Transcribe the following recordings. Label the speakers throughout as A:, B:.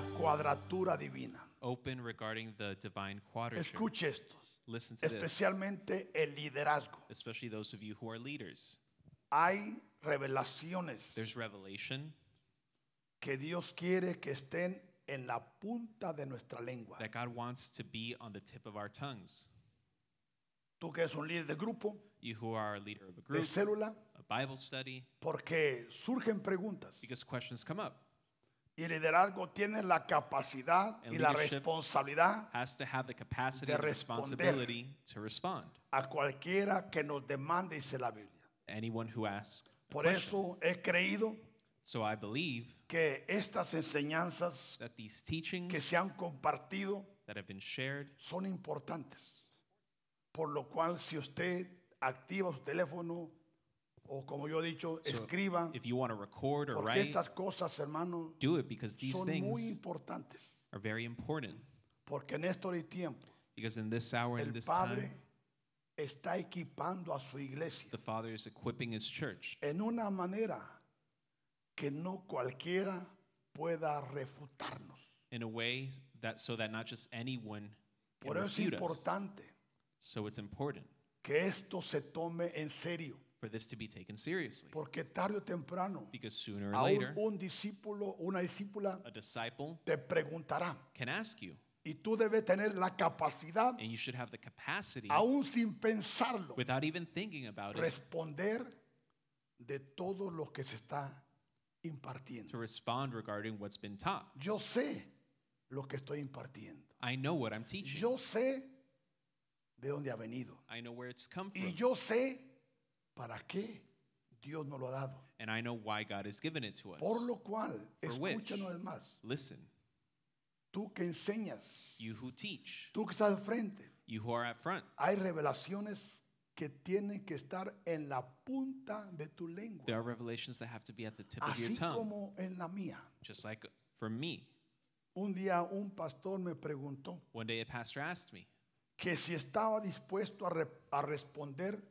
A: cuadratura divina.
B: open regarding the divine quadrature.
A: Escuche esto,
B: Listen to this,
A: especialmente el liderazgo.
B: especially those of you who are leaders.
A: Hay revelaciones
B: There's revelation
A: que Dios quiere que estén en la punta de nuestra lengua.
B: that God wants to be on the tip of our tongues.
A: Tú que eres un líder de grupo,
B: You who are a leader of
A: de
B: a group,
A: célula,
B: a Bible study,
A: porque surgen preguntas.
B: because questions come up,
A: Y el liderazgo tiene la capacidad
B: And
A: y la
B: leadership
A: responsabilidad
B: has to have the capacity
A: De
B: and
A: responder.
B: responsibility to respond.
A: a cualquiera que nos demande, dice la Biblia.
B: Anyone who asks. a
A: Por
B: question.
A: eso he creído
B: So I believe
A: que estas enseñanzas
B: that these teachings
A: que se han compartido
B: that have been shared
A: son importantes. Por lo cual, si usted activa su teléfono o como yo he dicho,
B: So,
A: escriba,
B: If you want to record or
A: porque
B: write,
A: estas cosas, hermano,
B: do it because these
A: son muy
B: things
A: importantes.
B: are very important.
A: Porque en esto de tiempo,
B: Because in this hour and
A: el
B: this
A: Padre
B: time,
A: está equipando a su iglesia
B: the Father is equipping His church
A: en una manera que no cualquiera pueda refutarnos.
B: in a way that so that not just anyone can
A: Por eso es
B: refute us.
A: importante
B: So it's important
A: que esto se tome en serio,
B: for this to be taken seriously.
A: porque tarde o temprano,
B: Because sooner or
A: aún
B: later,
A: un discípulo, una discípula
B: a disciple
A: te preguntará.
B: can ask you,
A: Y tú debes tener la capacidad,
B: and you should have the capacity,
A: aún sin pensarlo,
B: without even thinking about it,
A: responder de todo lo que se está impartiendo.
B: to respond regarding what's been taught.
A: Yo sé lo que estoy impartiendo.
B: I know what I'm teaching.
A: Yo sé de dónde ha venido.
B: I know where it's come
A: Y
B: from.
A: yo sé para qué Dios nos lo ha dado.
B: And I know why God has given it to us.
A: Por lo cual,
B: For which-
A: escúchanos más.
B: Listen,
A: Tú que enseñas,
B: you who teach,
A: tú que estás al frente,
B: you who are at front,
A: hay revelaciones que tienen que estar en la punta de tu lengua,
B: there are revelations that have to be at the tip of your
A: así
B: tongue,
A: como en la mía.
B: just like for me.
A: Un día un pastor me preguntó
B: One day a pastor asked me
A: que si estaba dispuesto a, re- a responder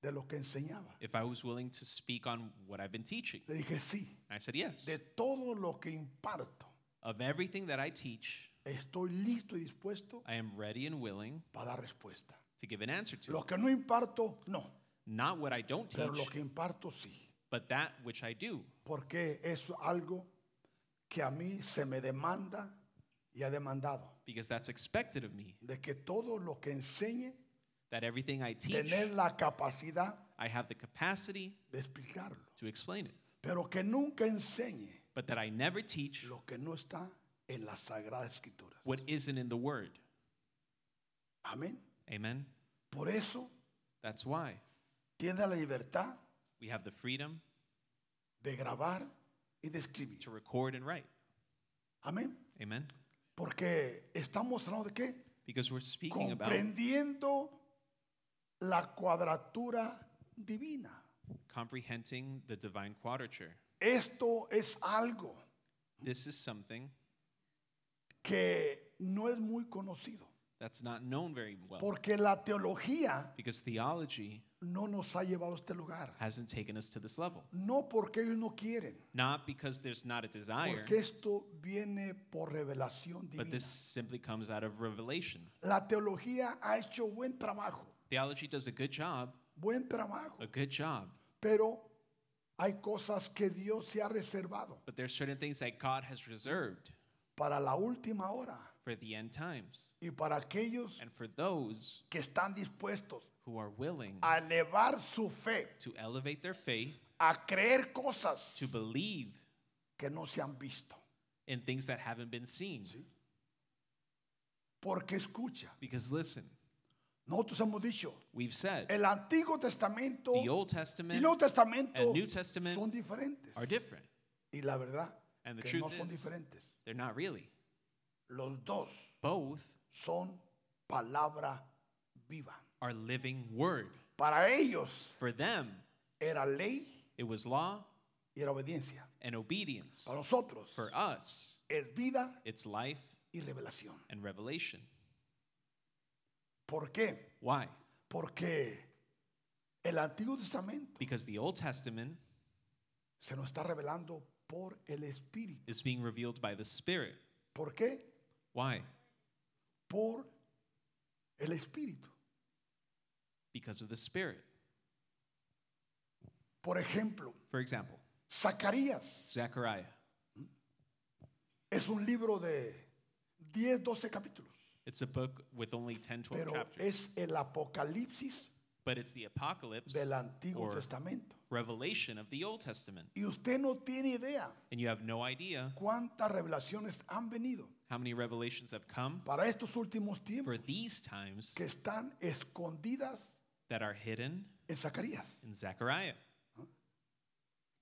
A: de lo que enseñaba.
B: if I was willing to speak on what I've been teaching.
A: Le dije, sí,
B: I said yes.
A: de todo lo que imparto,
B: Of everything that I teach,
A: estoy listo y dispuesto
B: I am ready and willing
A: para dar respuesta.
B: to give an answer to.
A: Lo que no imparto, no.
B: Not what I don't
A: Pero lo
B: teach,
A: que imparto, sí.
B: but that which I do.
A: Porque es algo que a mí se me demanda y ha demandado.
B: Because that's expected of me.
A: De que todo lo que enseñe,
B: That everything I teach,
A: tener la capacidad
B: I have the capacity
A: de explicarlo.
B: to explain it.
A: Pero que nunca enseñe
B: But that I never teach
A: lo que no está en la Sagrada Escritura.
B: what isn't in the Word.
A: Amén.
B: Amen?
A: Por eso
B: That's why
A: tiene la libertad
B: we have the freedom
A: de grabar y de escribir.
B: to record and write.
A: Amén.
B: Amen?
A: Porque estamos hablando de qué?
B: Because we're speaking about
A: comprendiendo la cuadratura divina.
B: comprehending the divine quadrature.
A: Esto es algo
B: This is something
A: que no es muy conocido,
B: that's not known very well
A: porque la teología
B: because theology
A: no nos ha llevado a este lugar.
B: hasn't taken us to this level.
A: No porque ellos no quieren,
B: Not because there's not a desire,
A: porque esto viene por revelación
B: eh. but
A: divina.
B: this simply comes out of revelation.
A: La teología ha hecho buen trabajo,
B: Theology does a good job,
A: buen trabajo,
B: a good job,
A: pero hay cosas que Dios se ha reservado
B: but there's certain things that God has reserved
A: para la última hora
B: for the end times
A: y para aquellos
B: and for those
A: que están dispuestos
B: who are willing
A: a elevar su fe,
B: to elevate their faith,
A: a creer cosas
B: to believe
A: que no se han visto.
B: in things that haven't been seen.
A: Porque escucha,
B: Because listen,
A: nosotros hemos dicho,
B: we've said
A: el Antiguo Testamento
B: the Old
A: y el
B: Testament
A: Nuevo Testamento
B: and New Testament
A: son diferentes.
B: are different.
A: Y la verdad,
B: And the
A: que no
B: truth
A: son
B: is-
A: diferentes.
B: They're not really.
A: Los dos
B: Both
A: son palabra viva.
B: are living word.
A: Para ellos
B: For them,
A: era ley
B: it was law
A: y era obediencia.
B: and obedience.
A: Para nosotros
B: For us,
A: es vida
B: it's life
A: y revelación.
B: and revelation.
A: ¿Por qué?
B: Why?
A: Porque el Antiguo Testamento
B: Because the Old Testament
A: se nos está revelando por el Espíritu.
B: is being revealed by the Spirit.
A: ¿Por qué?
B: Why?
A: Por el Espíritu.
B: Because of the Spirit.
A: Por ejemplo,
B: For example,
A: Zacarías
B: Zechariah.
A: es un libro de 10, 12 capítulos,
B: It's a book with only 10, 12
A: pero
B: chapters,
A: es el Apocalipsis
B: but it's the apocalypse
A: del Antiguo
B: or
A: Testamento.
B: revelation of the Old Testament.
A: Y usted no tiene idea
B: And you have no idea
A: cuántas revelaciones han venido
B: how many revelations have come
A: para estos últimos tiempos
B: for these times
A: que están escondidas
B: that are hidden
A: en Zacarías.
B: in Zechariah.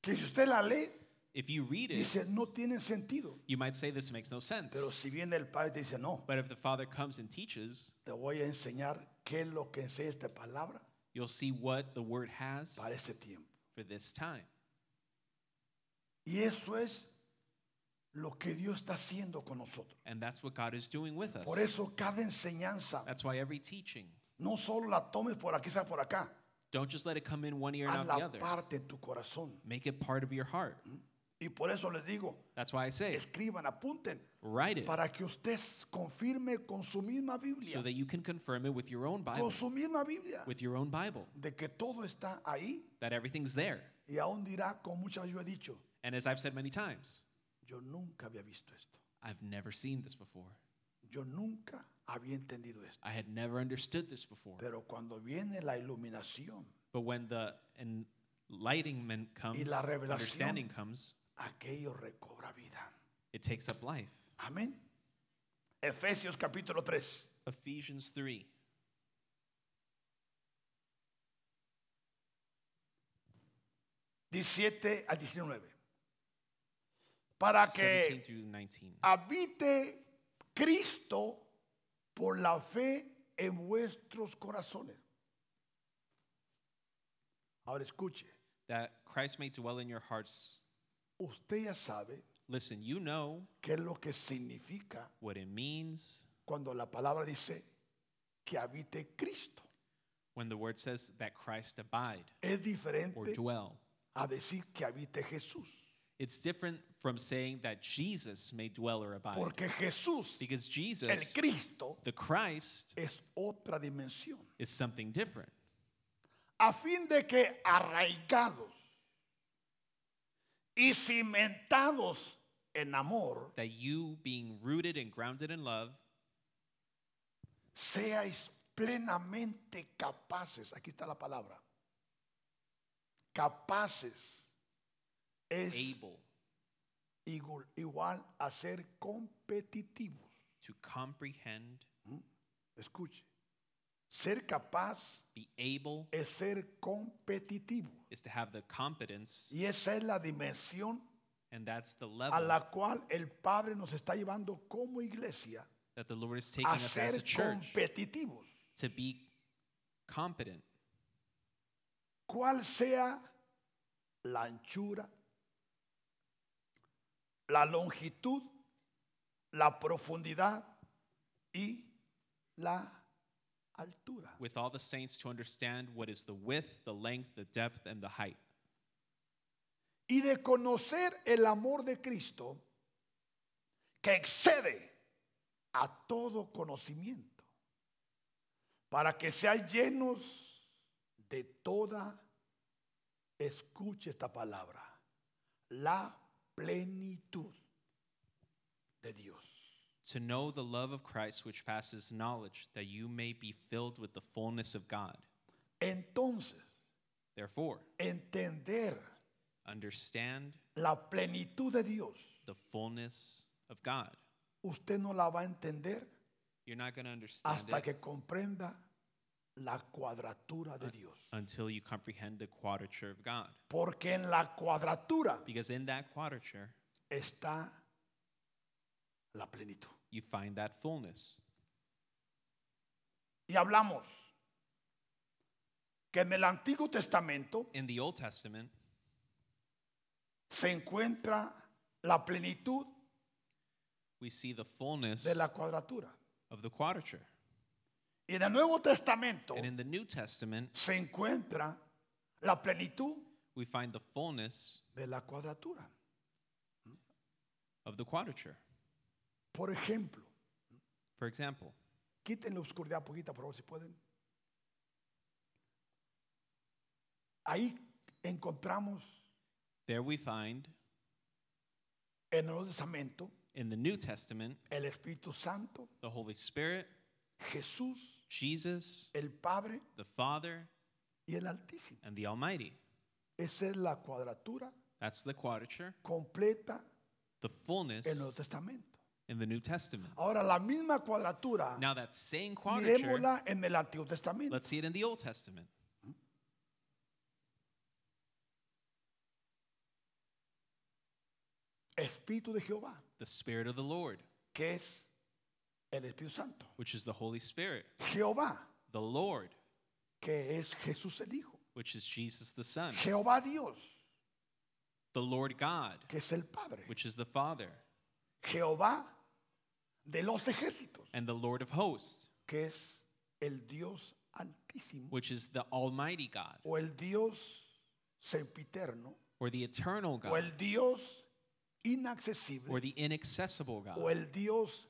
A: Que si usted la lee,
B: If you read it,
A: dice, no tiene sentido.
B: you might say this makes no sense.
A: Pero si viene el Padre y te dice, no,
B: But if the Father comes and teaches,
A: te voy a enseñar qué es lo que enseña esta palabra
B: you'll see what the Word has
A: para ese tiempo.
B: for this time.
A: Y eso es lo que Dios está haciendo con nosotros.
B: And that's what God is doing with us.
A: Por eso cada enseñanza,
B: That's why every teaching,
A: no solo la tomes por aquí, sea por acá,
B: don't just let it come in one ear and out the
A: hazla
B: other.
A: parte en tu corazón.
B: Make it part of your heart.
A: Mm-hmm. Y por eso les digo,
B: That's why I say,
A: escriban, apunten,
B: write it
A: para que usted confirme con su misma
B: so
A: Biblia,
B: that you can confirm it with your own
A: con
B: Bible,
A: su misma Biblia,
B: with your own Bible,
A: de que todo está ahí.
B: that everything's there.
A: Y aún dirá, como muchas veces yo he dicho,
B: And as I've said many times,
A: yo nunca había visto esto.
B: I've never seen this before.
A: Yo nunca había entendido esto.
B: I had never understood this before.
A: Pero cuando viene la iluminación,
B: But when the and lightingment comes,
A: la revelación.
B: understanding comes,
A: aquello recobra vida.
B: it takes up life.
A: Amén. Efesios capítulo 3.
B: Ephesians 3.
A: Diecisiete a 19. Para
B: 17
A: que
B: through 19.
A: habite Cristo por la fe en vuestros corazones. Ahora escuche,
B: That Christ may dwell in your hearts.
A: usted ya sabe
B: Listen, you know
A: qué es lo que significa
B: what it means
A: cuando la palabra dice que habite Cristo.
B: when the word says that Christ abide
A: Es
B: or
A: diferente
B: dwell.
A: a decir que habite Jesús,
B: It's different from saying that Jesus may dwell or abide.
A: porque Jesús,
B: Because
A: el
B: Jesus,
A: Cristo,
B: the Christ,
A: es otra dimensión.
B: is something different.
A: a fin de que arraigados y cimentados en amor,
B: That you, being rooted and grounded in love,
A: seáis plenamente capaces, aquí está la palabra, capaces es
B: able
A: igual, igual a ser competitivos.
B: to comprehend,
A: ¿Mm? Escuche, ser capaz
B: be able
A: es ser competitivo.
B: is to have the competence,
A: Y esa es la dimensión
B: and that's the
A: a
B: level
A: la cual el Padre nos está llevando como iglesia
B: that the Lord is taking
A: a
B: us as a
A: ser
B: church
A: competitivos,
B: to be competent,
A: cual sea la anchura, la longitud, la profundidad y la altura.
B: with all the saints to understand what is the width, the length, the depth, and the height,
A: Y de conocer el amor de Cristo que excede a todo conocimiento, para que seáis llenos de toda, escuche esta palabra, la plenitud de Dios.
B: to know the love of Christ which passes knowledge, that you may be filled with the fullness of God.
A: Entonces,
B: Therefore,
A: entender
B: understand
A: la plenitud de Dios,
B: the fullness of God.
A: usted no la va a entender
B: You're not going to understand
A: hasta
B: it
A: que comprenda la cuadratura de Dios.
B: until you comprehend the quadrature of God.
A: Porque en la cuadratura
B: Because in that quadrature,
A: está la plenitud.
B: you find that fullness.
A: Y hablamos que en el Antiguo Testamento
B: In the Old Testament,
A: se encuentra la plenitud
B: we see the fullness
A: de la cuadratura.
B: of the quadrature.
A: Y en el Nuevo Testamento
B: And in the New Testament,
A: se encuentra la plenitud
B: we find the fullness
A: de la cuadratura.
B: of the quadrature.
A: Por ejemplo,
B: For example,
A: quiten la oscuridad poquita, por favor, si pueden. Ahí encontramos
B: there we find
A: en el Nuevo Testamento
B: in the New Testament
A: el Espíritu Santo,
B: the Holy Spirit,
A: Jesús,
B: Jesus,
A: el Padre
B: the Father,
A: y el Altísimo.
B: and the Almighty.
A: Esa es la cuadratura
B: That's the quadrature,
A: completa
B: the fullness
A: en el Nuevo Testamento.
B: in the New Testament.
A: Ahora, la misma cuadratura,
B: Now, that same quadrature,
A: miremosla en el Antiguo Testamento.
B: let's see it in the Old Testament.
A: Espíritu de Jehová,
B: The Spirit of the Lord,
A: que es el Espíritu Santo.
B: which is the Holy Spirit,
A: Jehová,
B: the Lord,
A: que es Jesús el Hijo.
B: which is Jesus the Son,
A: Jehová Dios,
B: the Lord God,
A: que es el Padre.
B: which is the Father,
A: Jehová de los ejércitos,
B: and the Lord of hosts,
A: que es el Dios altísimo
B: which is the Almighty God,
A: o el Dios sempiterno
B: or the eternal
A: o
B: God,
A: el Dios
B: or
A: inaccesible
B: the inaccessible
A: o
B: God,
A: el Dios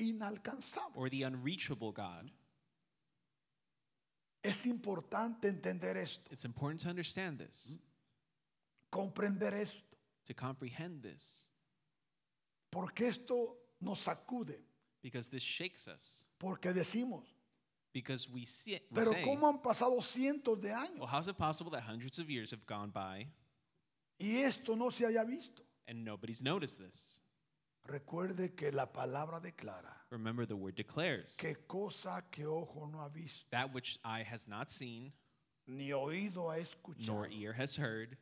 A: inalcanzable.
B: or the unreachable God.
A: Es importante entender esto,
B: It's important to understand
A: Mm.
B: this,
A: comprender esto,
B: to comprehend this,
A: porque esto nos sacude,
B: because this shakes us,
A: porque decimos,
B: because we see it. We
A: pero
B: say,
A: ¿cómo han pasado cientos de
B: well,
A: años
B: how's it possible that hundreds of years have gone by
A: y esto no se haya visto?
B: and nobody's noticed this?
A: Recuerde que la palabra declara
B: Remember, the word declares
A: que cosa que ojo no ha visto,
B: that which eye has not seen,
A: ni oído ha escuchado,
B: nor ear has heard,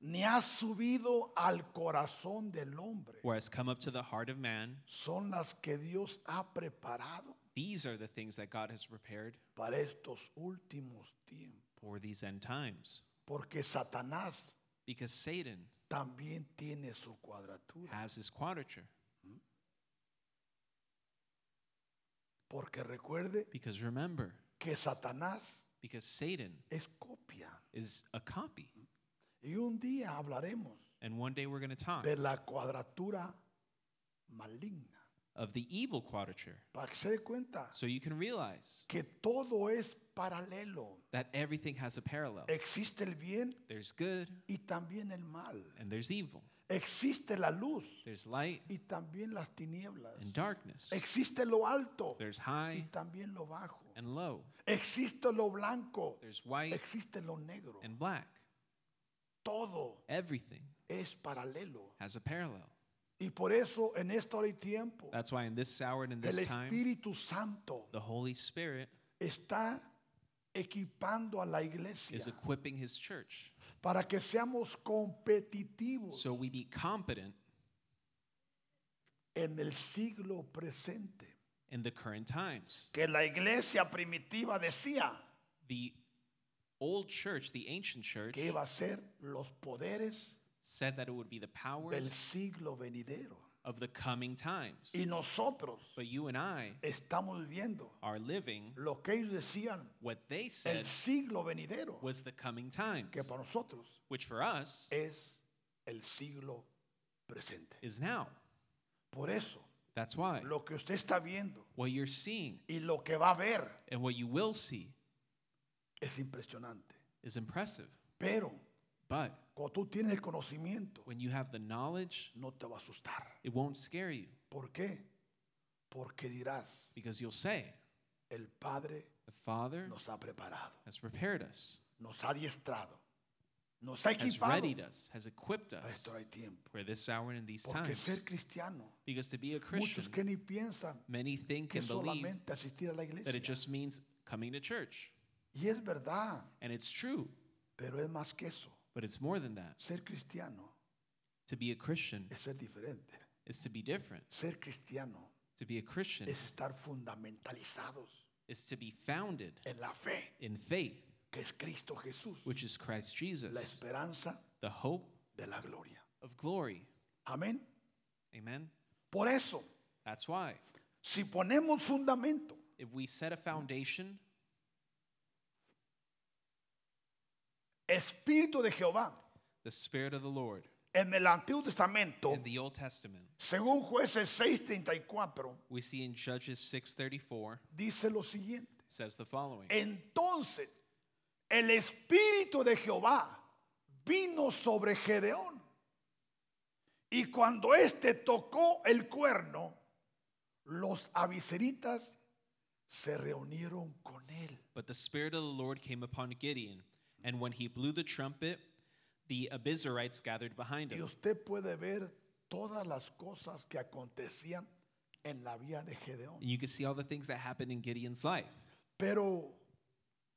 A: ni ha subido al corazón del hombre,
B: or has come up to the heart of man.
A: son las que Dios ha preparado
B: These are the things that God has prepared
A: para estos últimos tiempos.
B: for these end times,
A: Porque Satanás
B: because Satan
A: también tiene su cuadratura.
B: has his quadrature.
A: Porque recuerde
B: Because remember,
A: que Satanás
B: because Satan
A: es copia.
B: is a copy.
A: Y un día hablaremos
B: And one day we're going to talk
A: de la cuadratura maligna.
B: of the evil quadrature.
A: Para que se dé cuenta
B: So you can realize
A: que todo es paralelo.
B: that everything has a parallel.
A: Existe el bien
B: There's good
A: y también el mal.
B: and there's evil.
A: Existe la luz
B: There's light
A: y también las tinieblas.
B: and darkness.
A: Existe lo alto
B: There's
A: y
B: high
A: también lo bajo.
B: and low.
A: Existe lo blanco,
B: There's white
A: existe lo negro.
B: and black.
A: Todo
B: Everything
A: es paralelo.
B: has a parallel.
A: Y por eso en esta hora y tiempo,
B: That's why in this hour and in
A: el
B: this time,
A: Espíritu Santo
B: the Holy Spirit
A: está equipando a la iglesia
B: is equipping his church
A: para que seamos competitivos
B: so we be competent
A: en el siglo presente.
B: in the current times.
A: Que la iglesia primitiva decía
B: The old church, the ancient church,
A: que iba a ser los poderes
B: said that it would be the
A: del
B: powers
A: siglo venidero.
B: of the coming times.
A: Y nosotros
B: But you and I
A: estamos viendo
B: are living
A: lo que ellos decían
B: what they
A: el
B: said
A: siglo venidero,
B: was the coming times,
A: que Eh, para nosotros
B: which for us
A: es el siglo presente.
B: is now.
A: Por eso,
B: That's why
A: lo que usted está viendo
B: what you're seeing
A: y lo que va a ver
B: and what you will see
A: es impresionante.
B: is impressive.
A: Pero
B: But
A: cuando tú tienes el conocimiento,
B: when you have the knowledge,
A: no te va a asustar.
B: it won't scare you
A: ¿Por qué? Porque dirás,
B: because you'll say,
A: el Padre
B: The Father
A: nos ha preparado,
B: has prepared us,
A: nos ha adiestrado, nos ha
B: has
A: equipado.
B: readied us, has equipped
A: Para
B: us
A: esto hay tiempo.
B: for this hour and in these
A: Porque
B: times.
A: ser cristiano,
B: Because to be a Christian,
A: muchos que ni piensan
B: many think
A: que
B: and believe
A: solamente asistir a la
B: that it
A: iglesia.
B: just means coming to church.
A: Y es verdad,
B: And it's true,
A: pero es más que eso.
B: but it's more than that.
A: Ser cristiano
B: To be a Christian
A: es ser diferente.
B: is to be different.
A: Ser cristiano
B: To be a Christian
A: es estar fundamentalizados
B: is to be founded
A: en la fe,
B: in faith,
A: que es Cristo Jesús,
B: which is Christ
A: la
B: Jesus,
A: esperanza
B: the hope
A: de la gloria.
B: of glory.
A: Amén.
B: Amen.
A: Por eso,
B: That's why
A: si ponemos fundamento,
B: if we set a foundation,
A: Espíritu de Jehová,
B: the Spirit of the Lord,
A: En el Antiguo Testamento,
B: In the Old Testament,
A: según jueces 6:34,
B: we see in Judges 6:34 it
A: dice lo siguiente.
B: says the following.
A: Entonces el Espíritu de Jehová vino sobre Gedeón. Y cuando éste tocó el cuerno, los aviceritas se reunieron con él.
B: But the Spirit of the Lord came upon Gideon, and when he blew the trumpet, the Abizarites gathered behind
A: Y
B: him.
A: usted puede ver todas las cosas que acontecían en la vida de Gedeón.
B: And you can see all the things that happened in Gideon's life.
A: Pero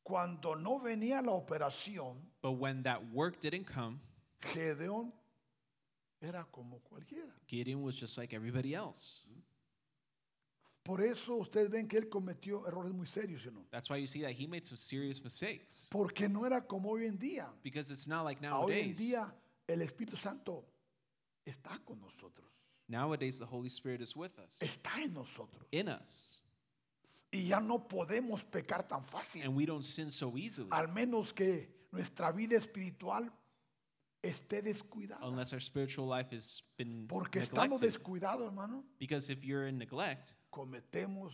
A: cuando no venía la operación,
B: But when that work didn't come,
A: Gedeón era como cualquiera.
B: Gideon was just like everybody else.
A: Por eso ustedes ven que él cometió errores muy serios, ¿sí o ¿no?
B: That's why you see that he made some serious mistakes.
A: Porque no era como hoy en día.
B: Because it's not like
A: Hoy en
B: nowadays.
A: día el Espíritu Santo está con nosotros,
B: Nowadays, the Holy Spirit is with us,
A: está en nosotros.
B: in us,
A: Y ya no podemos pecar tan fácil,
B: and we don't sin so easily
A: al menos que nuestra vida espiritual esté descuidada.
B: unless our spiritual life has been
A: Porque estamos
B: neglected.
A: descuidados, hermano,
B: Because if you're in neglect,
A: cometemos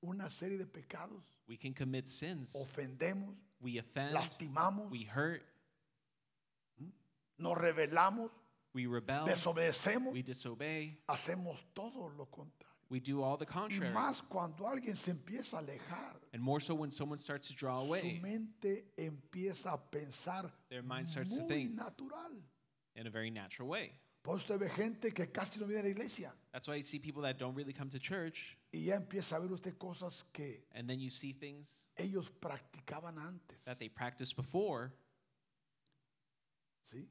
A: una serie de pecados,
B: we can commit sins.
A: ofendemos,
B: We offend,
A: lastimamos,
B: we hurt,
A: nos rebelamos,
B: we rebel,
A: desobedecemos,
B: we disobey,
A: hacemos todo lo contrario.
B: we do all the
A: Y
B: contrary.
A: más cuando alguien se empieza a alejar,
B: And more so when someone starts to draw away
A: su mente empieza a pensar
B: Their mind starts to
A: muy
B: think.
A: natural.
B: in a very natural way.
A: Por eso usted ve gente que casi no viene a la iglesia
B: That's why you see people that don't really come to church,
A: y ya empieza a ver usted cosas que
B: and then you see things
A: ellos practicaban antes.
B: that they practiced before.
A: ¿sí?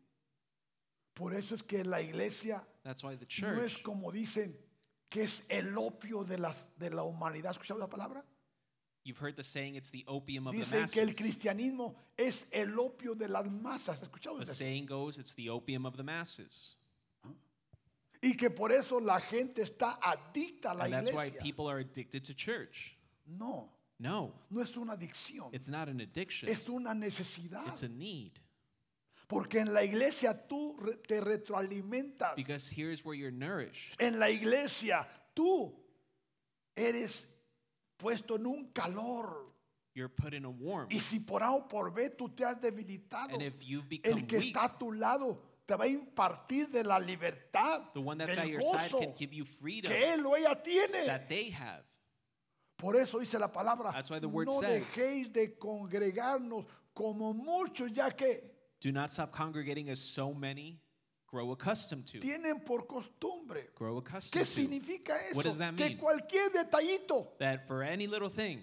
A: Por eso es que la iglesia
B: That's why the
A: no es
B: church
A: como dicen que es el opio de, las, de la humanidad. ¿Has escuchado la palabra?
B: You've heard the saying it's the opium of the
A: Dicen que el
B: masses.
A: cristianismo es el opio de las masas. ¿Has escuchado
B: The
A: eso?
B: saying goes it's the opium of the masses.
A: Y que por eso la gente está adicta a la
B: And that's why
A: iglesia.
B: people are addicted to church.
A: No,
B: No,
A: no es una adicción.
B: it's not an addiction.
A: Es una necesidad.
B: It's a need.
A: Porque en la iglesia tú re- te retroalimentas.
B: Because here's where you're nourished.
A: En la iglesia tú eres puesto en un calor.
B: You're put in a warmth.
A: Y si por A o por B tú te has debilitado,
B: And if you've
A: el
B: become
A: que
B: weak,
A: está a tu lado te va a impartir de la libertad,
B: the one that's
A: del
B: at your side
A: gozo
B: can give you freedom
A: que él o ella tiene.
B: that they have.
A: Por eso dice la palabra,
B: That's why the word
A: no
B: says-
A: dejéis de congregarnos como muchos ya que
B: Do not stop congregating as so many grow accustomed to.
A: tienen por costumbre.
B: Grow
A: ¿Qué
B: accustomed to.
A: significa eso?
B: What does that
A: Que
B: mean?
A: cualquier detallito
B: That for any little thing,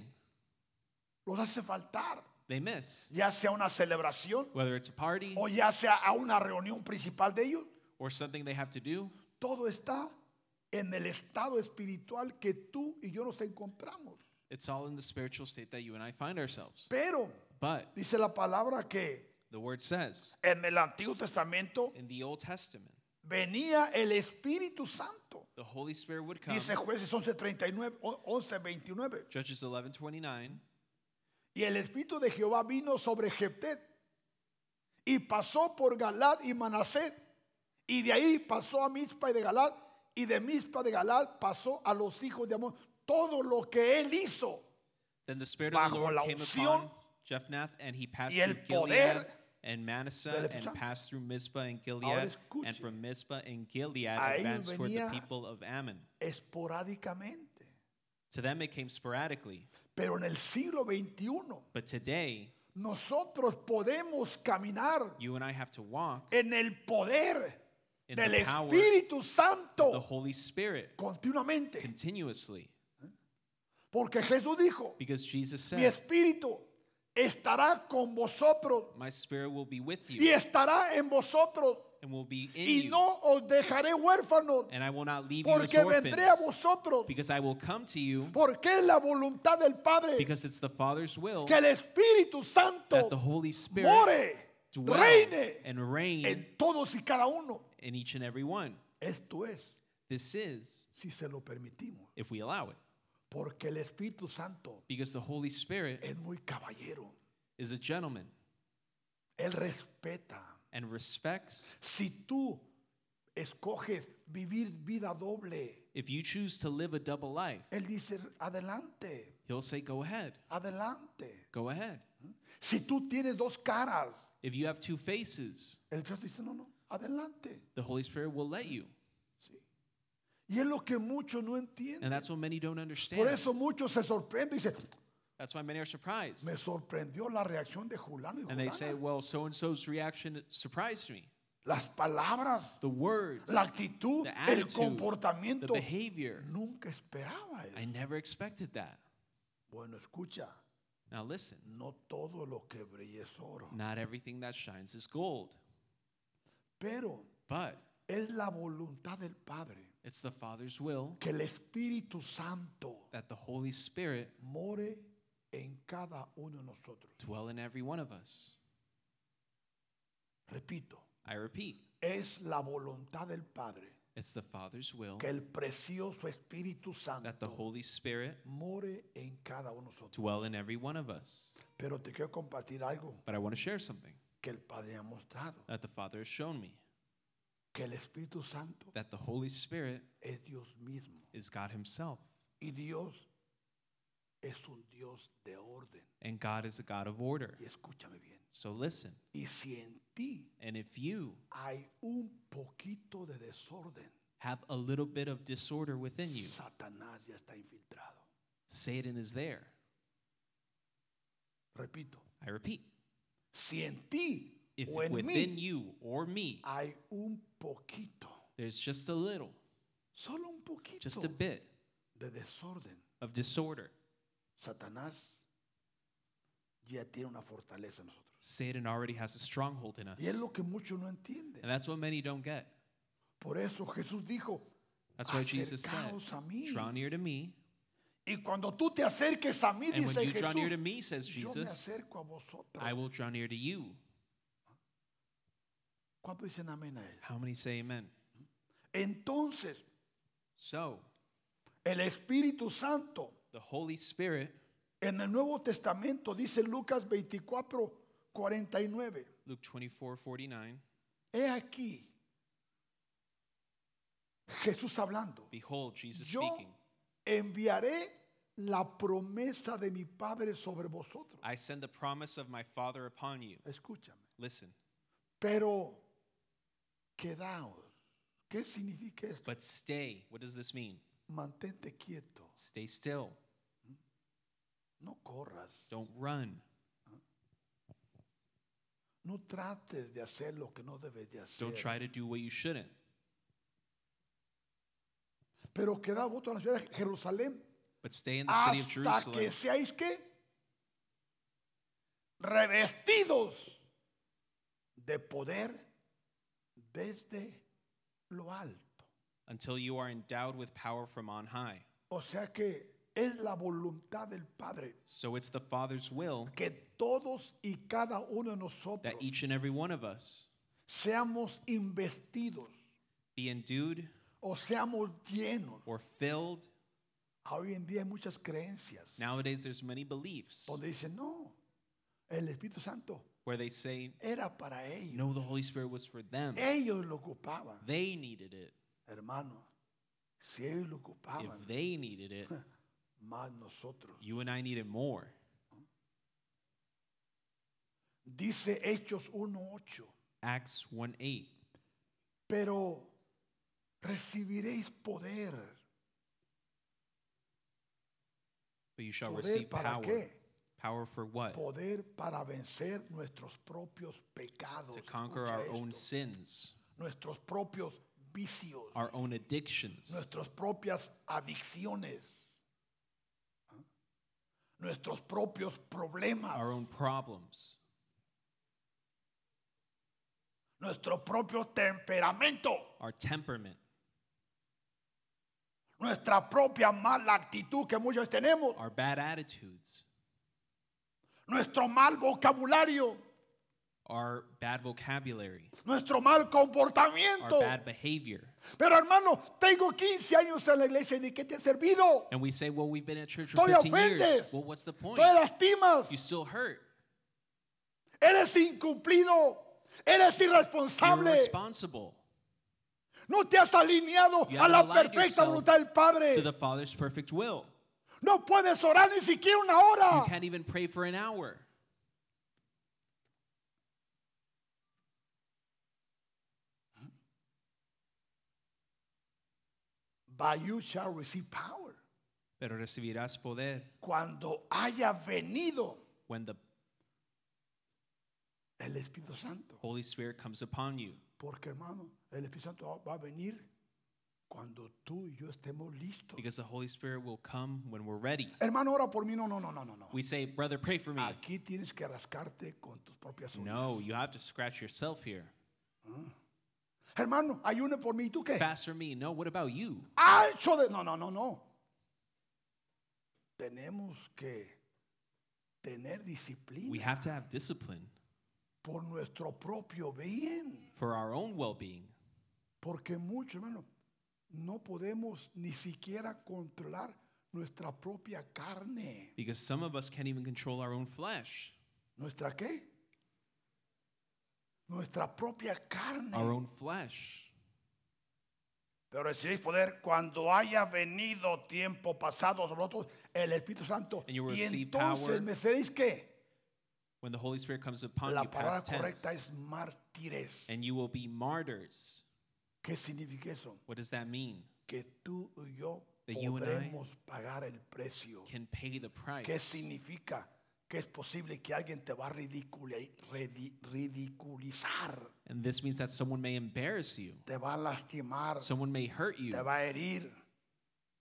A: los hace faltar,
B: they miss.
A: ya sea una celebración
B: Whether it's a party
A: o ya sea a una reunión principal de ellos.
B: or something they have to do,
A: Todo está en el estado espiritual que tú y yo nos encontramos.
B: it's all in the spiritual state that you and I find ourselves.
A: Pero
B: But
A: dice la palabra que
B: the word says
A: en el Antiguo Testamento
B: in the Old Testament,
A: venía el Espíritu Santo.
B: the Holy Spirit would come.
A: Dice jueces 11:39, o- 11:29.
B: Judges 11 29.
A: Y el Espíritu de Jehová vino sobre Jeptet y pasó por Galad y Manasés. Y de ahí pasó a Mizpa y de Galad. Y de Mizpa de Galad pasó a los hijos de Amón. Todo lo que él hizo.
B: Then the Spirit of the
A: Bajo
B: Lord
A: la
B: came
A: unción
B: upon Jephnath, and he passed
A: y el
B: through Gilead
A: poder
B: and
A: del
B: Manasseh,
A: Espíritu
B: and
A: Santo.
B: passed through Mizpah and
A: Ahora
B: Gilead, and
A: escuche.
B: from Mizpah and Gilead
A: Ahí
B: advanced toward the
A: venía-
B: people of Ammon.
A: Esporádicamente.
B: To them it came sporadically.
A: Pero en el siglo XXI
B: But today,
A: nosotros podemos caminar
B: you and I have to walk
A: en el poder
B: in
A: del
B: the power
A: Espíritu
B: of the
A: Santo
B: Holy Spirit
A: continuamente.
B: continuously.
A: Porque Jesús dijo,
B: Because Jesus
A: mi
B: said,
A: Espíritu estará con vosotros
B: My Spirit will be with
A: y
B: you
A: estará en vosotros
B: and will be in
A: y
B: you,
A: no os dejaré huérfanos
B: and I will not leave you as
A: porque vendré a
B: orphans,
A: vosotros
B: because I will come to you,
A: porque es la voluntad del Padre
B: because it's the Father's will
A: que el Espíritu
B: that the
A: Santo
B: Holy Spirit
A: more
B: dwell
A: reine
B: and reign
A: en todos y cada uno
B: in each and every one.
A: esto es
B: This is
A: si se lo permitimos
B: if we allow it,
A: porque el Espíritu Santo
B: because the Holy Spirit
A: es muy caballero
B: is a gentleman
A: él respeta
B: and respects.
A: si tú escoges vivir vida doble,
B: If you choose to live a double life,
A: Él dice, adelante,
B: He'll say, Go ahead,
A: adelante.
B: go ahead.
A: Si tú tienes dos caras,
B: If you have two faces,
A: el Dios dice, no, no, adelante.
B: the Holy Spirit will let you.
A: Sí. Y es lo que muchos no
B: And
A: entienden.
B: that's what many don't
A: Por
B: understand.
A: eso muchos se sorprenden y dicen,
B: That's why many are surprised.
A: me sorprendió la reacción de Julano y
B: And they
A: Julana.
B: say, Well, so and so's reaction surprised me.
A: Las palabras,
B: The words,
A: la actitud,
B: the
A: el
B: attitude, the
A: comportamiento.
B: behavior.
A: Nunca esperaba eso.
B: I never expected that.
A: Bueno, escucha,
B: Now, listen,
A: no todo lo que brilla es oro,
B: not everything that shines is gold,
A: pero
B: but
A: es la voluntad del Padre
B: it's the Father's will
A: que el Espíritu Santo
B: that the Holy Spirit
A: more en cada uno de nosotros.
B: dwell in every one of us.
A: Repito,
B: I repeat,
A: es la voluntad del Padre
B: it's the Father's will
A: que el precioso Espíritu
B: that
A: Santo
B: the Holy Spirit
A: more en cada uno de nosotros.
B: dwell in every one of us.
A: Pero te quiero compartir algo
B: But I want to share something
A: que el Padre ha mostrado,
B: that the Father has shown me
A: que el Espíritu Santo
B: that the Holy Spirit
A: es Dios mismo
B: is God Himself,
A: y Dios es un Dios de orden.
B: and God is a God of order.
A: Y escúchame bien.
B: So listen,
A: Y si en ti
B: and if you
A: hay un poquito de desorden,
B: have a little bit of disorder within you,
A: Satanás ya está infiltrado.
B: Satan is there.
A: Repito,
B: I repeat,
A: si en ti
B: if
A: o en
B: within
A: mí
B: you or me
A: hay un poquito,
B: there's just a little,
A: solo un poquito
B: just a bit
A: de desorden,
B: of disorder,
A: Satanás ya tiene una fortaleza en nosotros.
B: Satan already has a stronghold in us.
A: Y es lo que muchos no entienden.
B: And that's what many don't get.
A: Por eso Jesús dijo,
B: That's why Jesus said,
A: Acercaos a mí.
B: Draw near to me.
A: y cuando tú te acerques a mí,
B: And
A: dice
B: when you draw near to
A: Jesús,
B: me, says
A: yo me
B: Jesus,
A: acerco a
B: I
A: vosotros.
B: will draw near to you.
A: ¿Cuánto dicen amén a él?
B: How many say amen?
A: Entonces,
B: So,
A: El Espíritu Santo
B: the Holy Spirit,
A: en el Nuevo Testamento dice Lucas 24, 49.
B: Luke 24 49,
A: He aquí Jesús hablando.
B: behold, Jesus
A: Yo
B: speaking,
A: enviaré la promesa de mi Padre sobre vosotros.
B: I send the promise of my Father upon you.
A: Escúchame.
B: Listen,
A: Pero quedaos. ¿Qué significa esto?
B: but stay. What does this mean?
A: Mantente quieto.
B: Stay still.
A: No corras.
B: Don't run.
A: No trates de hacer lo que no debes de
B: Don't
A: hacer.
B: try to do what you shouldn't.
A: Pero quedaos vosotros en la ciudad de Jerusalén
B: But stay in the city of
A: hasta
B: Jerusalem
A: que seáis que revestidos de poder desde lo alto.
B: until you are endowed with power from on high.
A: O sea que es la voluntad del Padre
B: So it's the Father's will
A: que todos y cada uno de nosotros
B: that each and every one of us
A: seamos investidos
B: be endued
A: o seamos llenos. Ah,
B: or filled.
A: Hoy en día hay muchas creencias
B: Nowadays, there's many beliefs
A: donde dicen, no, el Espíritu Santo
B: where they say,
A: era para ellos.
B: no, the Holy Spirit was for them.
A: Ellos lo ocupaban.
B: They needed it.
A: Hermano, si ellos lo ocupaban,
B: If they needed it,
A: más nosotros.
B: you and I need it more.
A: Dice Hechos 1.8,
B: Acts 1 8.
A: pero recibiréis poder.
B: But you shall
A: ¿Poder
B: receive
A: para
B: power.
A: qué?
B: Power for what?
A: Poder para vencer nuestros propios pecados,
B: To conquer
A: Escucha
B: our own
A: esto.
B: sins,
A: nuestros propios vicios,
B: our own addictions,
A: nuestras propias adicciones, ¿ah? nuestros propios problemas,
B: our own problems,
A: nuestro propio temperamento,
B: our temperament,
A: nuestra propia mala actitud que muchos tenemos.
B: our bad attitudes.
A: nuestro mal vocabulario,
B: our bad vocabulary,
A: nuestro mal
B: our
A: comportamiento.
B: bad behavior.
A: Pero hermano, tengo 15 años en la iglesia y de qué te ha servido.
B: And we say, well, we've been at church for
A: Todavía
B: 15 years.
A: ofendes.
B: Well, what's the point?
A: Te lastimas,
B: You still hurt.
A: eres incumplido, eres
B: You're
A: irresponsable,
B: responsible.
A: No te has alineado
B: You
A: a la
B: haven't aligned
A: perfecta
B: yourself
A: voluntad del Padre.
B: to the Father's perfect will.
A: No puedes orar ni siquiera una
B: You
A: hora.
B: can't even pray for an hour.
A: But you shall receive power.
B: Pero recibirás poder
A: Cuando haya venido
B: when the
A: el Espíritu Santo.
B: Holy Spirit comes upon you.
A: Porque hermano, el Espíritu Santo va- va a venir cuando tú y yo estemos listos.
B: Because the Holy Spirit will come when we're ready.
A: Hermano, ora por mí. No, no, no, no, no. no.
B: We say, Brother, pray for me.
A: Aquí tienes que rascarte con tus propias uñas.
B: No, you have to scratch yourself here.
A: Hermano, ayune por mí. ¿Y tú qué?
B: Fast for me. No, what about you?
A: Ancho de... No, no, no, no. Tenemos que tener
B: We
A: disciplina
B: have to have discipline
A: por nuestro propio bien.
B: for our own well being.
A: Porque mucho, hermano, no podemos ni siquiera controlar nuestra propia carne.
B: Because some of us can't even control our own flesh,
A: ¿Nuestra qué? Nuestra propia carne.
B: our own flesh.
A: Pero recibiréis poder cuando haya venido tiempo pasado sobre vosotros el Espíritu Santo.
B: And you will
A: Y
B: receive
A: entonces
B: power.
A: me seréis que
B: When the Holy Spirit comes upon
A: la
B: you,
A: palabra
B: past tense,
A: correcta es mártires.
B: and you will be martyrs.
A: ¿Qué significa eso?
B: What does that mean?
A: Que tú y yo
B: That you and I
A: podremos pagar el precio.
B: Can pay the price.
A: ¿Qué significa? Que es posible que alguien te va a ridiculi- redi- ridiculizar,
B: And this means that someone may embarrass you,
A: te va a lastimar,
B: someone may hurt you,
A: te va a herir,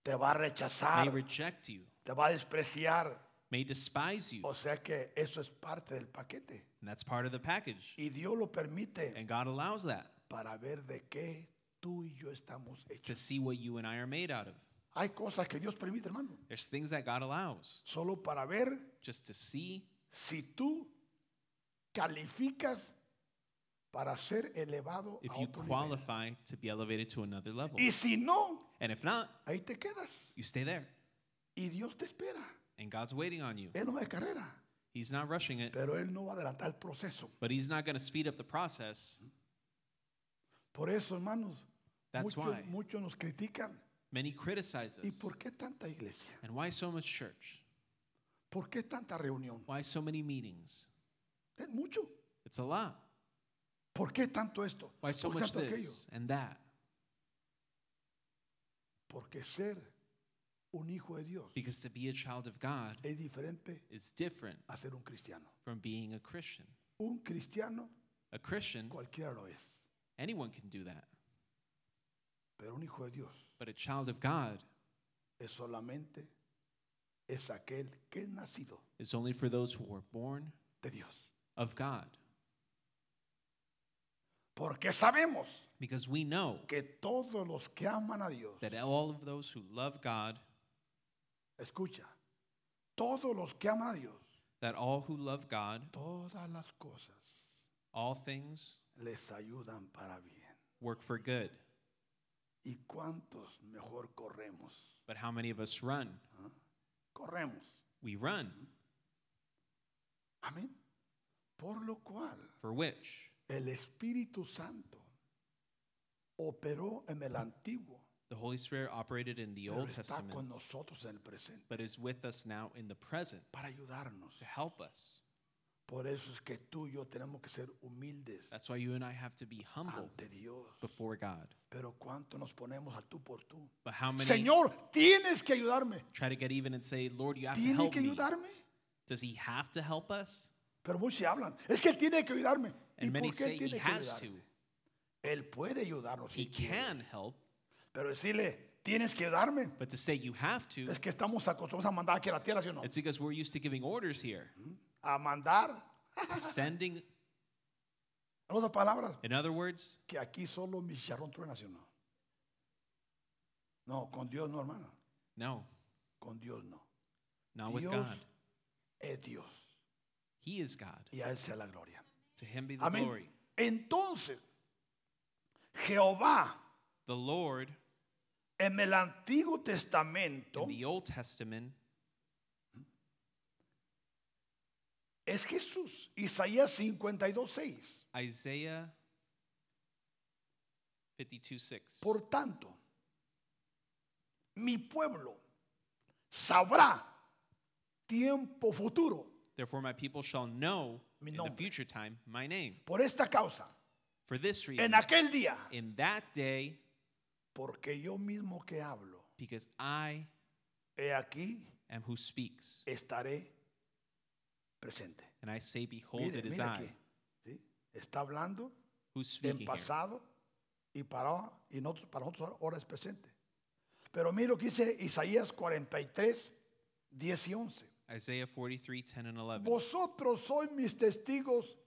A: te va a
B: may
A: rechazar,
B: reject you,
A: te va a despreciar.
B: may despise you.
A: O sea que eso es parte del paquete.
B: And that's part of the package.
A: Y Dios lo permite
B: And God allows that
A: para ver de qué tú y yo estamos
B: to
A: hechos.
B: see what you and I are made out of.
A: Hay cosas que Dios permite, hermano,
B: There's things that God allows
A: solo para ver
B: just to see
A: si tú calificas para ser elevado
B: if
A: a
B: you
A: otro nivel.
B: qualify to be elevated to another level.
A: Y si no,
B: And if not,
A: ahí te quedas
B: you stay there.
A: y Dios te espera.
B: And God's waiting on you.
A: Él no va de carrera,
B: He's not rushing it,
A: pero él no va a adelantar el proceso.
B: but He's not going to speed up the process.
A: Por eso, hermanos,
B: That's
A: muchos,
B: why.
A: muchos nos critican.
B: Many criticize
A: ¿Y
B: us.
A: por qué tanta iglesia?
B: And why so much church?
A: ¿Por qué tanta reunión?
B: Why so many meetings?
A: Es mucho.
B: It's a lot.
A: ¿Por qué tanto esto?
B: Why so
A: ¿Por qué
B: much
A: tanto aquello?
B: this and that?
A: Porque ser un hijo de Dios
B: Because to be a child of God
A: es diferente
B: is different
A: a ser un cristiano.
B: from being a Christian.
A: Un cristiano
B: A Christian,
A: cualquiera lo es,
B: anyone can do that.
A: pero un hijo de Dios
B: But a child of God
A: es solamente es aquel que es nacido
B: is only for those who are born
A: de Dios.
B: of God.
A: Porque sabemos
B: Because we know
A: que todos los que aman a Dios,
B: that all of those who love God,
A: escucha, todos los que aman a Dios,
B: that all who love God,
A: todas las cosas
B: all things
A: les ayudan para bien.
B: work for good.
A: ¿Y cuántos mejor corremos?
B: But how many of us run?
A: Corremos.
B: We run
A: Amén. Por lo cual,
B: for which?
A: El Espíritu Santo operó en el Antiguo,
B: The Holy Spirit operated in the
A: pero
B: Old
A: está con
B: Testament,
A: nosotros en el presente
B: but is with us now in the present
A: para ayudarnos.
B: to help us.
A: Por eso es que tú y yo tenemos que ser humildes
B: That's why you and I have to be humble
A: ante Dios.
B: before God.
A: Pero cuánto nos ponemos al tú por tú.
B: But how many
A: Señor, tienes que ayudarme.
B: try to get even and say, Lord, you have to
A: Tiene
B: help
A: que
B: me?
A: ayudarme.
B: Does He have to help us?
A: Pero muchos se hablan. Es que tiene que ayudarme. ¿Y
B: And
A: por
B: many
A: qué
B: say He
A: tiene que
B: has to.
A: ayudarme? Él puede ayudarnos.
B: He
A: si quiere.
B: can help,
A: Pero decirle, tienes que ayudarme.
B: but to say you have to,
A: Es que estamos acostumbrados a mandar aquí a la tierra, ¿sí o no?
B: it's because we're used to giving orders here,
A: A mandar. ah,
B: to sending.
A: En otras palabras,
B: In other words,
A: que aquí solo mi chicharrón truena, ¿sí o no? No, con Dios no, hermano.
B: no,
A: Con Dios no.
B: not with
A: Dios
B: God.
A: es Dios.
B: He is God.
A: Y a Él sea la gloria.
B: To Him be the glory.
A: Amén. Entonces, Jehová
B: The Lord
A: en el Antiguo Testamento
B: in the Old Testament
A: es Jesús. Isaías 52, 6.
B: Isaiah 52 6.
A: Por tanto, mi pueblo sabrá tiempo futuro
B: Therefore, my people shall know
A: Mi
B: in the
A: nombre.
B: future time my name.
A: por esta causa,
B: For this reason,
A: en aquel día,
B: in that day,
A: porque yo mismo que hablo,
B: because I
A: he aquí
B: am who speaks.
A: estaré presente.
B: And I say, Behold,
A: Mire,
B: it is
A: mire
B: I
A: aquí, ¿sí? Está hablando
B: who's
A: en
B: speaking. Here.
A: pasado y para, y nosotros, para nosotros ahora es presente. Pero mire lo que dice Isaías 43, 10 y 11.
B: Isaiah 43 10 and 11.
A: Vosotros sois mis testigos,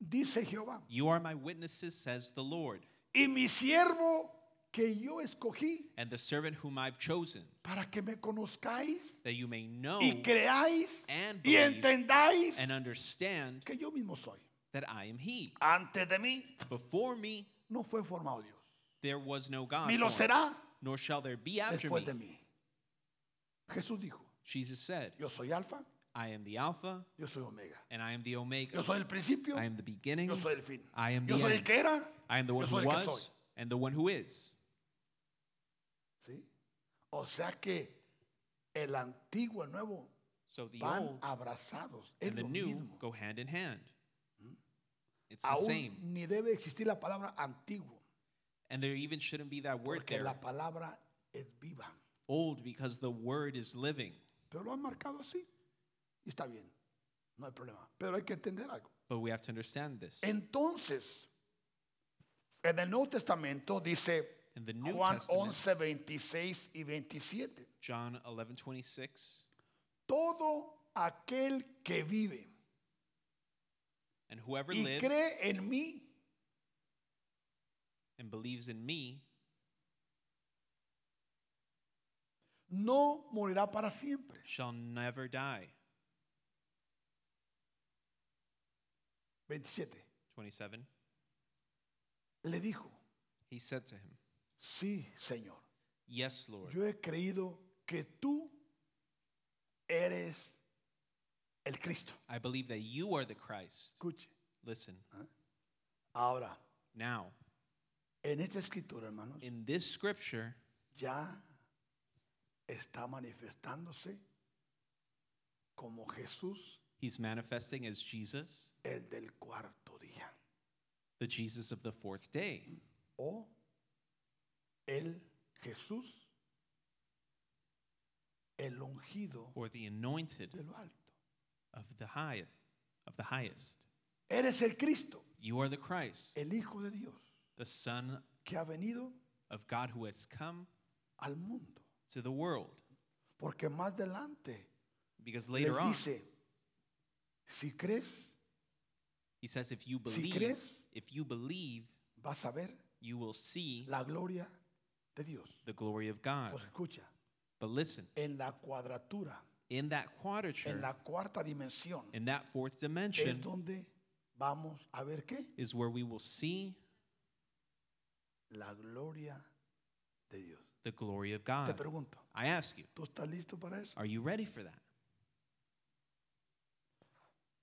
A: dice Jehová,
B: You are my witnesses, says the Lord,
A: y mi siervo que yo escogí
B: and the servant whom I've chosen,
A: para que me conozcáis
B: that you may know
A: y creáis
B: and
A: y
B: believe
A: entendáis
B: and understand
A: que yo mismo soy.
B: that I am He.
A: Antes de mí
B: Before me,
A: no fue formado Dios,
B: there was no God,
A: ni lo
B: formed,
A: será
B: nor shall there be Ah, after
A: después
B: me.
A: de mí. Jesús dijo,
B: Jesus said,
A: yo soy alfa,
B: I am the Alpha
A: yo soy omega,
B: and I am the Omega.
A: yo soy el principio,
B: I am the beginning.
A: yo soy el fin,
B: I am
A: yo
B: the
A: soy el
B: end.
A: que era,
B: I am the
A: yo
B: one
A: soy
B: who
A: el que
B: was
A: soy.
B: and the one who is.
A: ¿Sí? O sea que el antiguo y el nuevo
B: So the
A: van
B: old
A: abrazados, es
B: and the
A: lo
B: new
A: mismo. Hmm?
B: go hand in hand. It's the
A: Aún
B: same.
A: ni debe existir la palabra antiguo,
B: And there even shouldn't be that word
A: porque
B: there,
A: la palabra es viva.
B: old, because the word is living.
A: Pero lo han marcado así. Y está bien. No hay problema. Pero hay que entender algo.
B: But we have to understand this.
A: Entonces, en el Nuevo Testamento dice
B: In the New
A: Juan
B: Testament,
A: 11, 26 y 27.
B: John 11 26,
A: Todo aquel que vive
B: and whoever
A: y
B: lives
A: cree en mí
B: and believes in me
A: no morirá para siempre.
B: shall never die.
A: 27.
B: 27.
A: Le dijo,
B: He said to him,
A: sí, Señor,
B: Yes, Lord,
A: yo he creído que tú eres el Cristo.
B: I believe that you are the Christ.
A: Escuche.
B: Listen,
A: Ahora,
B: now,
A: en esta escritura, hermanos,
B: in this scripture,
A: ya está manifestándose como Jesús,
B: he's manifesting as Jesus,
A: el del cuarto día,
B: the Jesus of the fourth day,
A: o el Jesús, el ungido
B: or the anointed
A: de lo alto.
B: of the high, of the highest.
A: Eres el Cristo,
B: You are the Christ,
A: el Hijo de Dios,
B: the Son
A: que ha venido
B: of God who has come
A: al mundo.
B: to the world.
A: Porque más adelante
B: Because
A: les
B: later on,
A: dice, si crees,
B: he says, if you
A: Si
B: believe,
A: crees-
B: if you believe,
A: vas a ver
B: you will see
A: la gloria de Dios.
B: the glory of God.
A: Pues escucha,
B: But listen,
A: en la cuadratura
B: in that
A: en
B: quadrature,
A: la cuarta dimensión
B: in that fourth
A: es
B: dimension,
A: donde vamos a ver qué
B: is where we will see
A: la gloria de Dios.
B: the glory of
A: Te
B: God.
A: pregunto,
B: I ask you,
A: ¿tú estás listo para eso?
B: are you ready for that?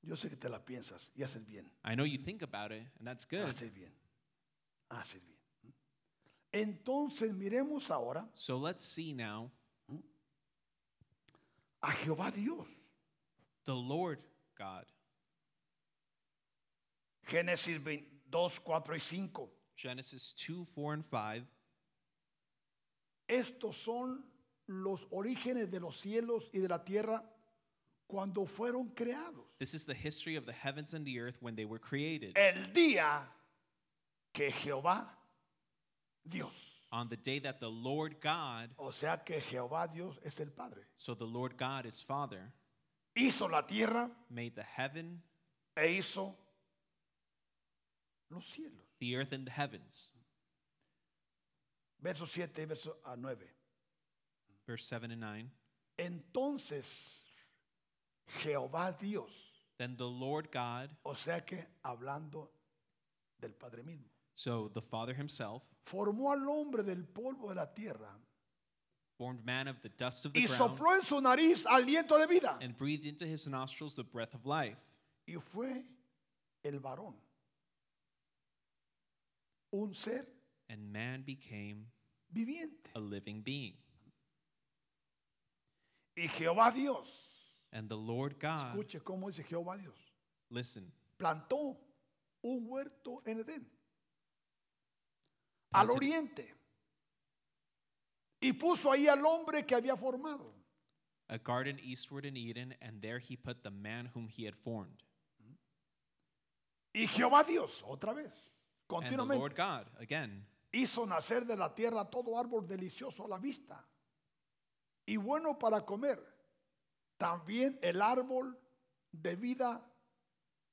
A: Yo sé que te la piensas y haces bien,
B: I know you think about it, and that's good.
A: haces bien, haces bien. Entonces miremos ahora
B: So let's see now
A: a Jehová Dios.
B: the Lord God.
A: Génesis 2, 4 y 5.
B: Genesis 2 4 and 5.
A: Estos son los orígenes de los cielos y de la tierra cuando fueron creados.
B: This is the history of the heavens and the earth when they were created,
A: el día que Jehová Dios.
B: on the day that the Lord God,
A: O sea que Jehová Dios es el Padre.
B: so the Lord God is Father,
A: Hizo la tierra
B: made the heaven,
A: e hizo los cielos.
B: the earth, and the heavens.
A: Verso 7 y verso a 9.
B: Verse 7 and 9.
A: Entonces Jehová Dios,
B: Then the Lord God,
A: o sea que hablando del Padre mismo,
B: so the Father himself,
A: formó al hombre del polvo de la tierra
B: formed man of the dust of the
A: y
B: ground
A: sopló en su nariz aliento de vida.
B: and breathed into his nostrils the breath of life.
A: Y fue el varón. Un ser
B: and man became
A: viviente.
B: a living being.
A: Y Jehová Dios,
B: And the Lord God,
A: escuche cómo dice Jehová Dios,
B: listen,
A: plantó un huerto en Edén, al
B: Planted-
A: oriente, y puso ahí al hombre que había formado.
B: a garden eastward in Eden, and there he put the man whom he had formed.
A: Y Jehová Dios, otra vez,
B: And the
A: continuamente,
B: Lord God, again,
A: hizo nacer de la tierra todo árbol delicioso a la vista y bueno para comer. También el árbol de vida,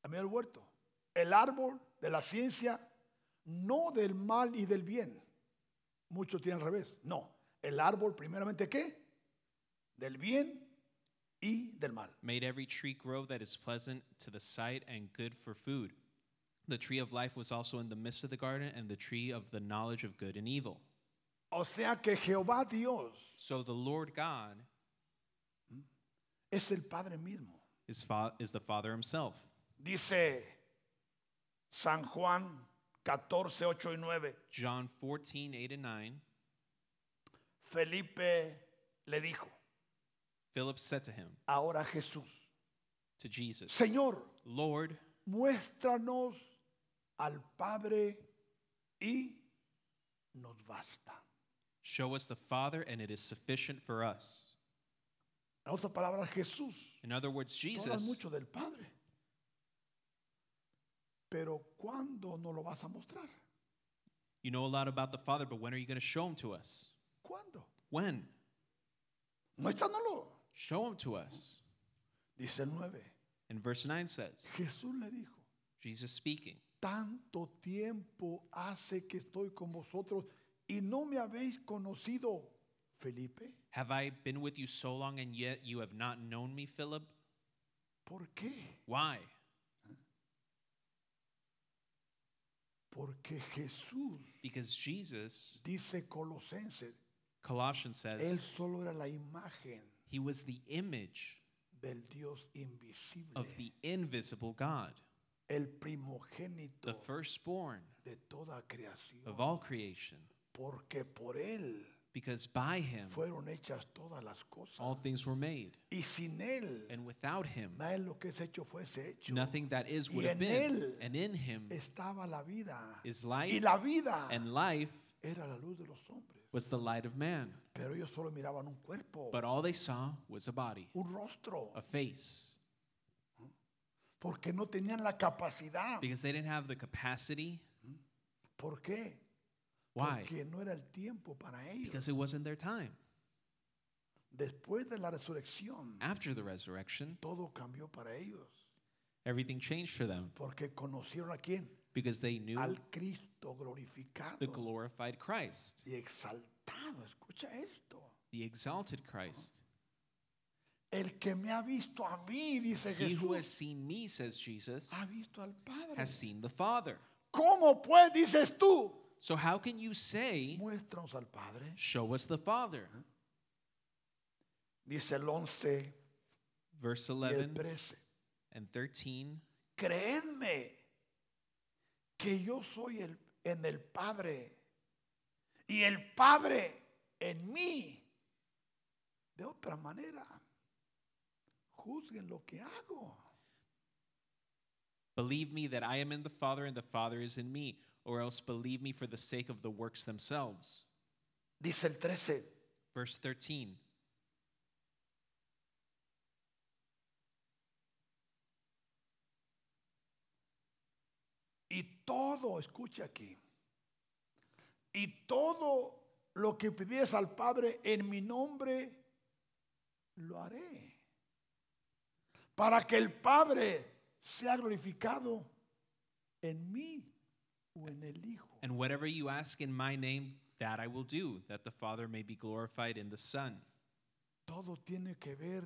A: también el huerto, el árbol de la ciencia, no del mal y del bien. Muchos tienen al revés. No, el árbol primeramente qué? Del bien y del mal.
B: made every tree grow that is pleasant to the sight and good for food. The tree of life was also in the midst of the garden, and the tree of the knowledge of good and evil.
A: O sea que Jehová Dios
B: So the Lord God
A: es el Padre mismo.
B: is, fa- is the Father Himself.
A: Dice San Juan 14, 8 y 9.
B: John 14, 8 and 9.
A: Felipe le dijo,
B: Philip said to him,
A: ahora Jesús,
B: to Jesus,
A: Señor,
B: Lord,
A: muéstranos al Padre y nos basta.
B: show us the Father, and it is sufficient for us.
A: En otras palabras, Jesús.
B: In other words,
A: no hablas
B: Jesus,
A: mucho del Padre. Pero ¿cuándo nos lo vas a mostrar?
B: you know a lot about the Father, but when are you going to show Him to us?
A: ¿Cuándo?
B: When?
A: Muéstranoslo.
B: Show Him to us.
A: Dice el 9.
B: And verse 9 says,
A: Jesús le dijo,
B: Jesus speaking.
A: Tanto tiempo hace que estoy con vosotros y no me habéis conocido, Felipe.
B: Have I been with you so long and yet you have not known me, Philip?
A: ¿Por qué?
B: Why?
A: Porque Jesús
B: Because Jesus,
A: dice Colosenses,
B: Colossians
A: él
B: says,
A: solo era la imagen
B: he was the image
A: del Dios
B: of
A: invisible,
B: the invisible God,
A: el
B: the
A: primogénito
B: firstborn
A: de toda
B: of
A: creación,
B: all creation,
A: porque por él
B: because by him
A: fueron hechas todas las
B: Em. all
A: cosas
B: things were made,
A: y sin él
B: and without him
A: nada de lo que es hecho fuese hecho.
B: nothing that is
A: Y
B: would have
A: en
B: been,
A: él
B: and in him
A: Estaba la vida
B: is
A: y
B: life,
A: la vida
B: and life
A: era la luz de los hombres.
B: was the light of man.
A: Pero ellos solo miraban un cuerpo,
B: But all they saw was a body,
A: un rostro,
B: a face,
A: porque no tenían la capacidad.
B: because they didn't have the capacity.
A: ¿Por qué?
B: Why?
A: Porque no era el tiempo para ellos.
B: Because it wasn't their time.
A: Después de la resurrección,
B: after the resurrection,
A: todo cambió para ellos,
B: everything changed for them
A: porque conocieron a quién?
B: because they knew
A: Al Cristo
B: the
A: glorificado
B: glorified Christ,
A: y exaltado. Escucha esto.
B: the exalted Christ.
A: El que me ha visto a mí, dice
B: He who has
A: Jesús,
B: seen me, says Jesus,
A: ha visto al Padre.
B: has seen the Father.
A: ¿Cómo pues dices tú?
B: So how can you say,
A: Muéstranos al Padre.
B: Show us the Father?
A: Dice el 11
B: Verse
A: y el
B: 11
A: 13.
B: and 13
A: creedme que yo soy el, en el Padre y el Padre en mí. De otra manera, juzguen lo que hago.
B: Believe me that I am in the Father and the Father is in me, or else believe me for the sake of the works themselves.
A: Dice el 13,
B: Verse 13
A: y todo, escucha aquí, y todo lo que pidies al Padre en mi nombre, lo haré. Para que el Padre sea glorificado en mí o en el Hijo.
B: And whatever you ask in my name, that I will do, that the Father may be glorified in the Son.
A: Todo tiene que ver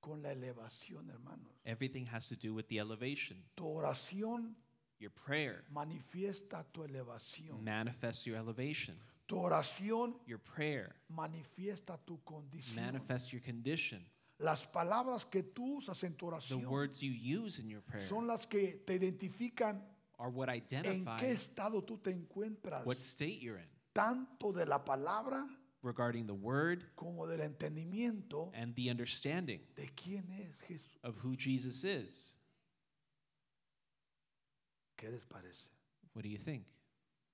A: con la elevación, hermanos.
B: Everything has to do with the elevation.
A: Tu oración
B: Your prayer
A: manifiesta tu elevación.
B: manifests your elevation.
A: Tu oración
B: Your prayer
A: manifiesta tu condición.
B: manifests your condition.
A: Las palabras que tú usas en tu
B: The
A: oración
B: words you use in your prayer
A: son las que te identifican
B: are what
A: ¿En qué
B: identify
A: estado tú te encuentras?
B: what state you're in
A: Tanto de la palabra
B: regarding the word
A: como del entendimiento
B: and the understanding
A: de quién es Jesús.
B: of who Jesus is.
A: ¿Qué les parece?
B: What do you think?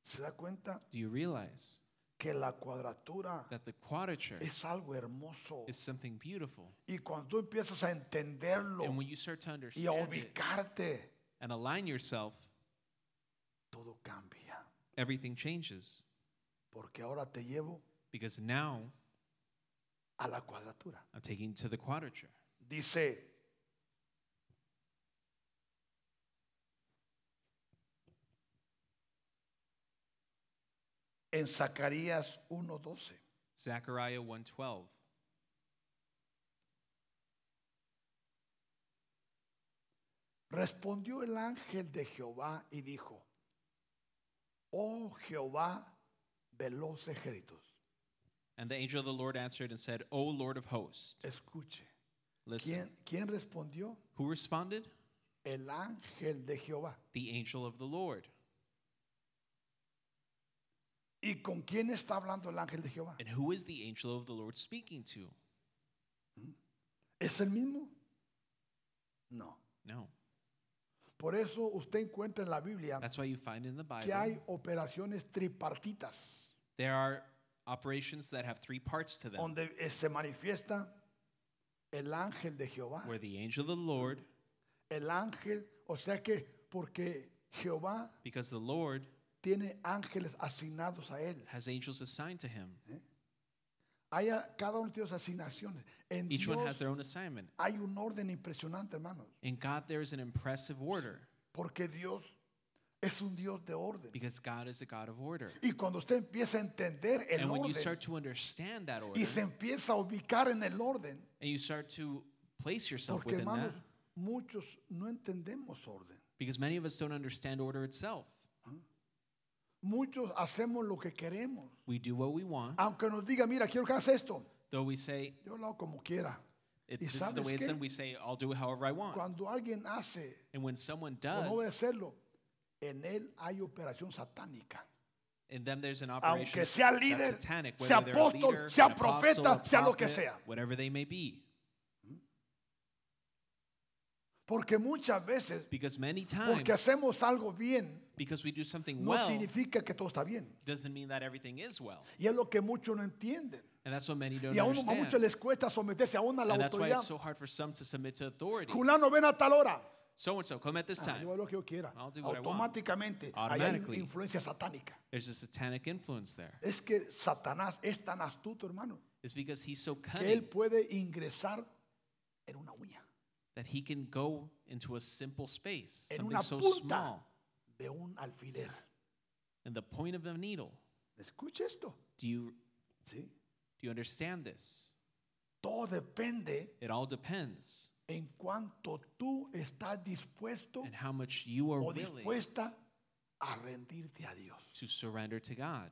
A: ¿Se da cuenta
B: Do you realize
A: que la cuadratura
B: that the quadrature
A: es algo hermoso?
B: is something beautiful?
A: Y cuando tú empiezas a entenderlo
B: And when you start to
A: y a
B: understand it
A: ubicarte,
B: and align yourself,
A: todo cambia.
B: everything changes
A: Porque ahora te llevo
B: because now
A: a la cuadratura.
B: I'm taking you to the quadrature.
A: Dice, en Zacarías 1.12,
B: Zechariah 1:12.
A: respondió el ángel de Jehová y dijo, oh Jehová de los ejércitos,
B: And the angel of the Lord answered and said, "O Lord of hosts,
A: escuche,
B: listen."
A: ¿quién, quién respondió?
B: Who responded?
A: El ángel de Jehová.
B: The angel of the Lord.
A: ¿Y con quién está hablando el ángel de Jehová?
B: And who is the angel of the Lord speaking to?
A: ¿Es el mismo? No.
B: No.
A: Por eso usted encuentra en la Biblia
B: That's why you find in the Bible
A: que hay operaciones tripartitas,
B: there are operations that have three parts to them
A: donde eh, se manifiesta el ángel de Jehová.
B: where the angel of the Lord,
A: El ángel, o sea que porque Jehová
B: because the Lord
A: tiene ángeles asignados a él.
B: has angels assigned to him.
A: Hay a- cada uno tiene sus asignaciones. En
B: Each one has
A: Dios
B: their own assignment.
A: hay un orden impresionante, hermanos,
B: In God, there is an impressive order
A: porque Dios es un Dios de orden.
B: because God is a God of order.
A: Y cuando usted empieza a entender el
B: And when you
A: orden
B: start to understand that order
A: y se empieza a ubicar en el orden,
B: and you start to place yourself
A: porque
B: within
A: hermanos,
B: that,
A: muchos no entendemos orden.
B: because many of us don't understand order itself.
A: Muchos hacemos lo que queremos.
B: We do what we want,
A: Aunque nos diga, mira, quiero que hagas esto,
B: though we say,
A: yo lo hago como quiera.
B: It,
A: ¿Y
B: this is the
A: sabes
B: way it's
A: qué?
B: done. We say, I'll do it however I want.
A: Cuando alguien hace
B: And when someone
A: o no
B: does,
A: obedecerlo, en él hay operación satánica.
B: in them there's an operation
A: Aunque sea
B: that's
A: líder,
B: satanic,
A: sea
B: whether they're a
A: apóstol,
B: leader,
A: sea
B: an apostle,
A: profeta,
B: a
A: sea lo que
B: prophet,
A: sea.
B: whatever they may be.
A: Porque muchas veces,
B: Because many times,
A: porque hacemos algo bien,
B: because we do something
A: no
B: well,
A: significa que todo está bien.
B: doesn't mean that everything is well.
A: Y es lo que muchos no entienden.
B: And that's what many don't
A: Y a, uno, a
B: understand.
A: muchos les cuesta someterse aún a la
B: and that's why
A: autoridad.
B: it's so hard for some to submit to authority.
A: Julano, ven a tal hora.
B: So and so, come at this
A: Ah,
B: time.
A: yo hago lo que yo quiera.
B: I'll do what I want.
A: Automáticamente ahí hay
B: Automatically.
A: influencia satánica.
B: There's a satanic influence there.
A: Es que Satanás es tan astuto, hermano,
B: It's because he's so
A: que él
B: cunning
A: puede ingresar en una uña,
B: that he can go into a simple space,
A: en
B: something
A: una
B: so
A: punta
B: small,
A: de un alfiler.
B: and the point of a needle.
A: Escuche esto.
B: Do you
A: ¿sí?
B: Do you understand this?
A: Todo depende
B: It all depends
A: en cuanto tú estás dispuesto
B: and how much you are
A: o
B: willing
A: dispuesta a rendirte a Dios.
B: to surrender to God.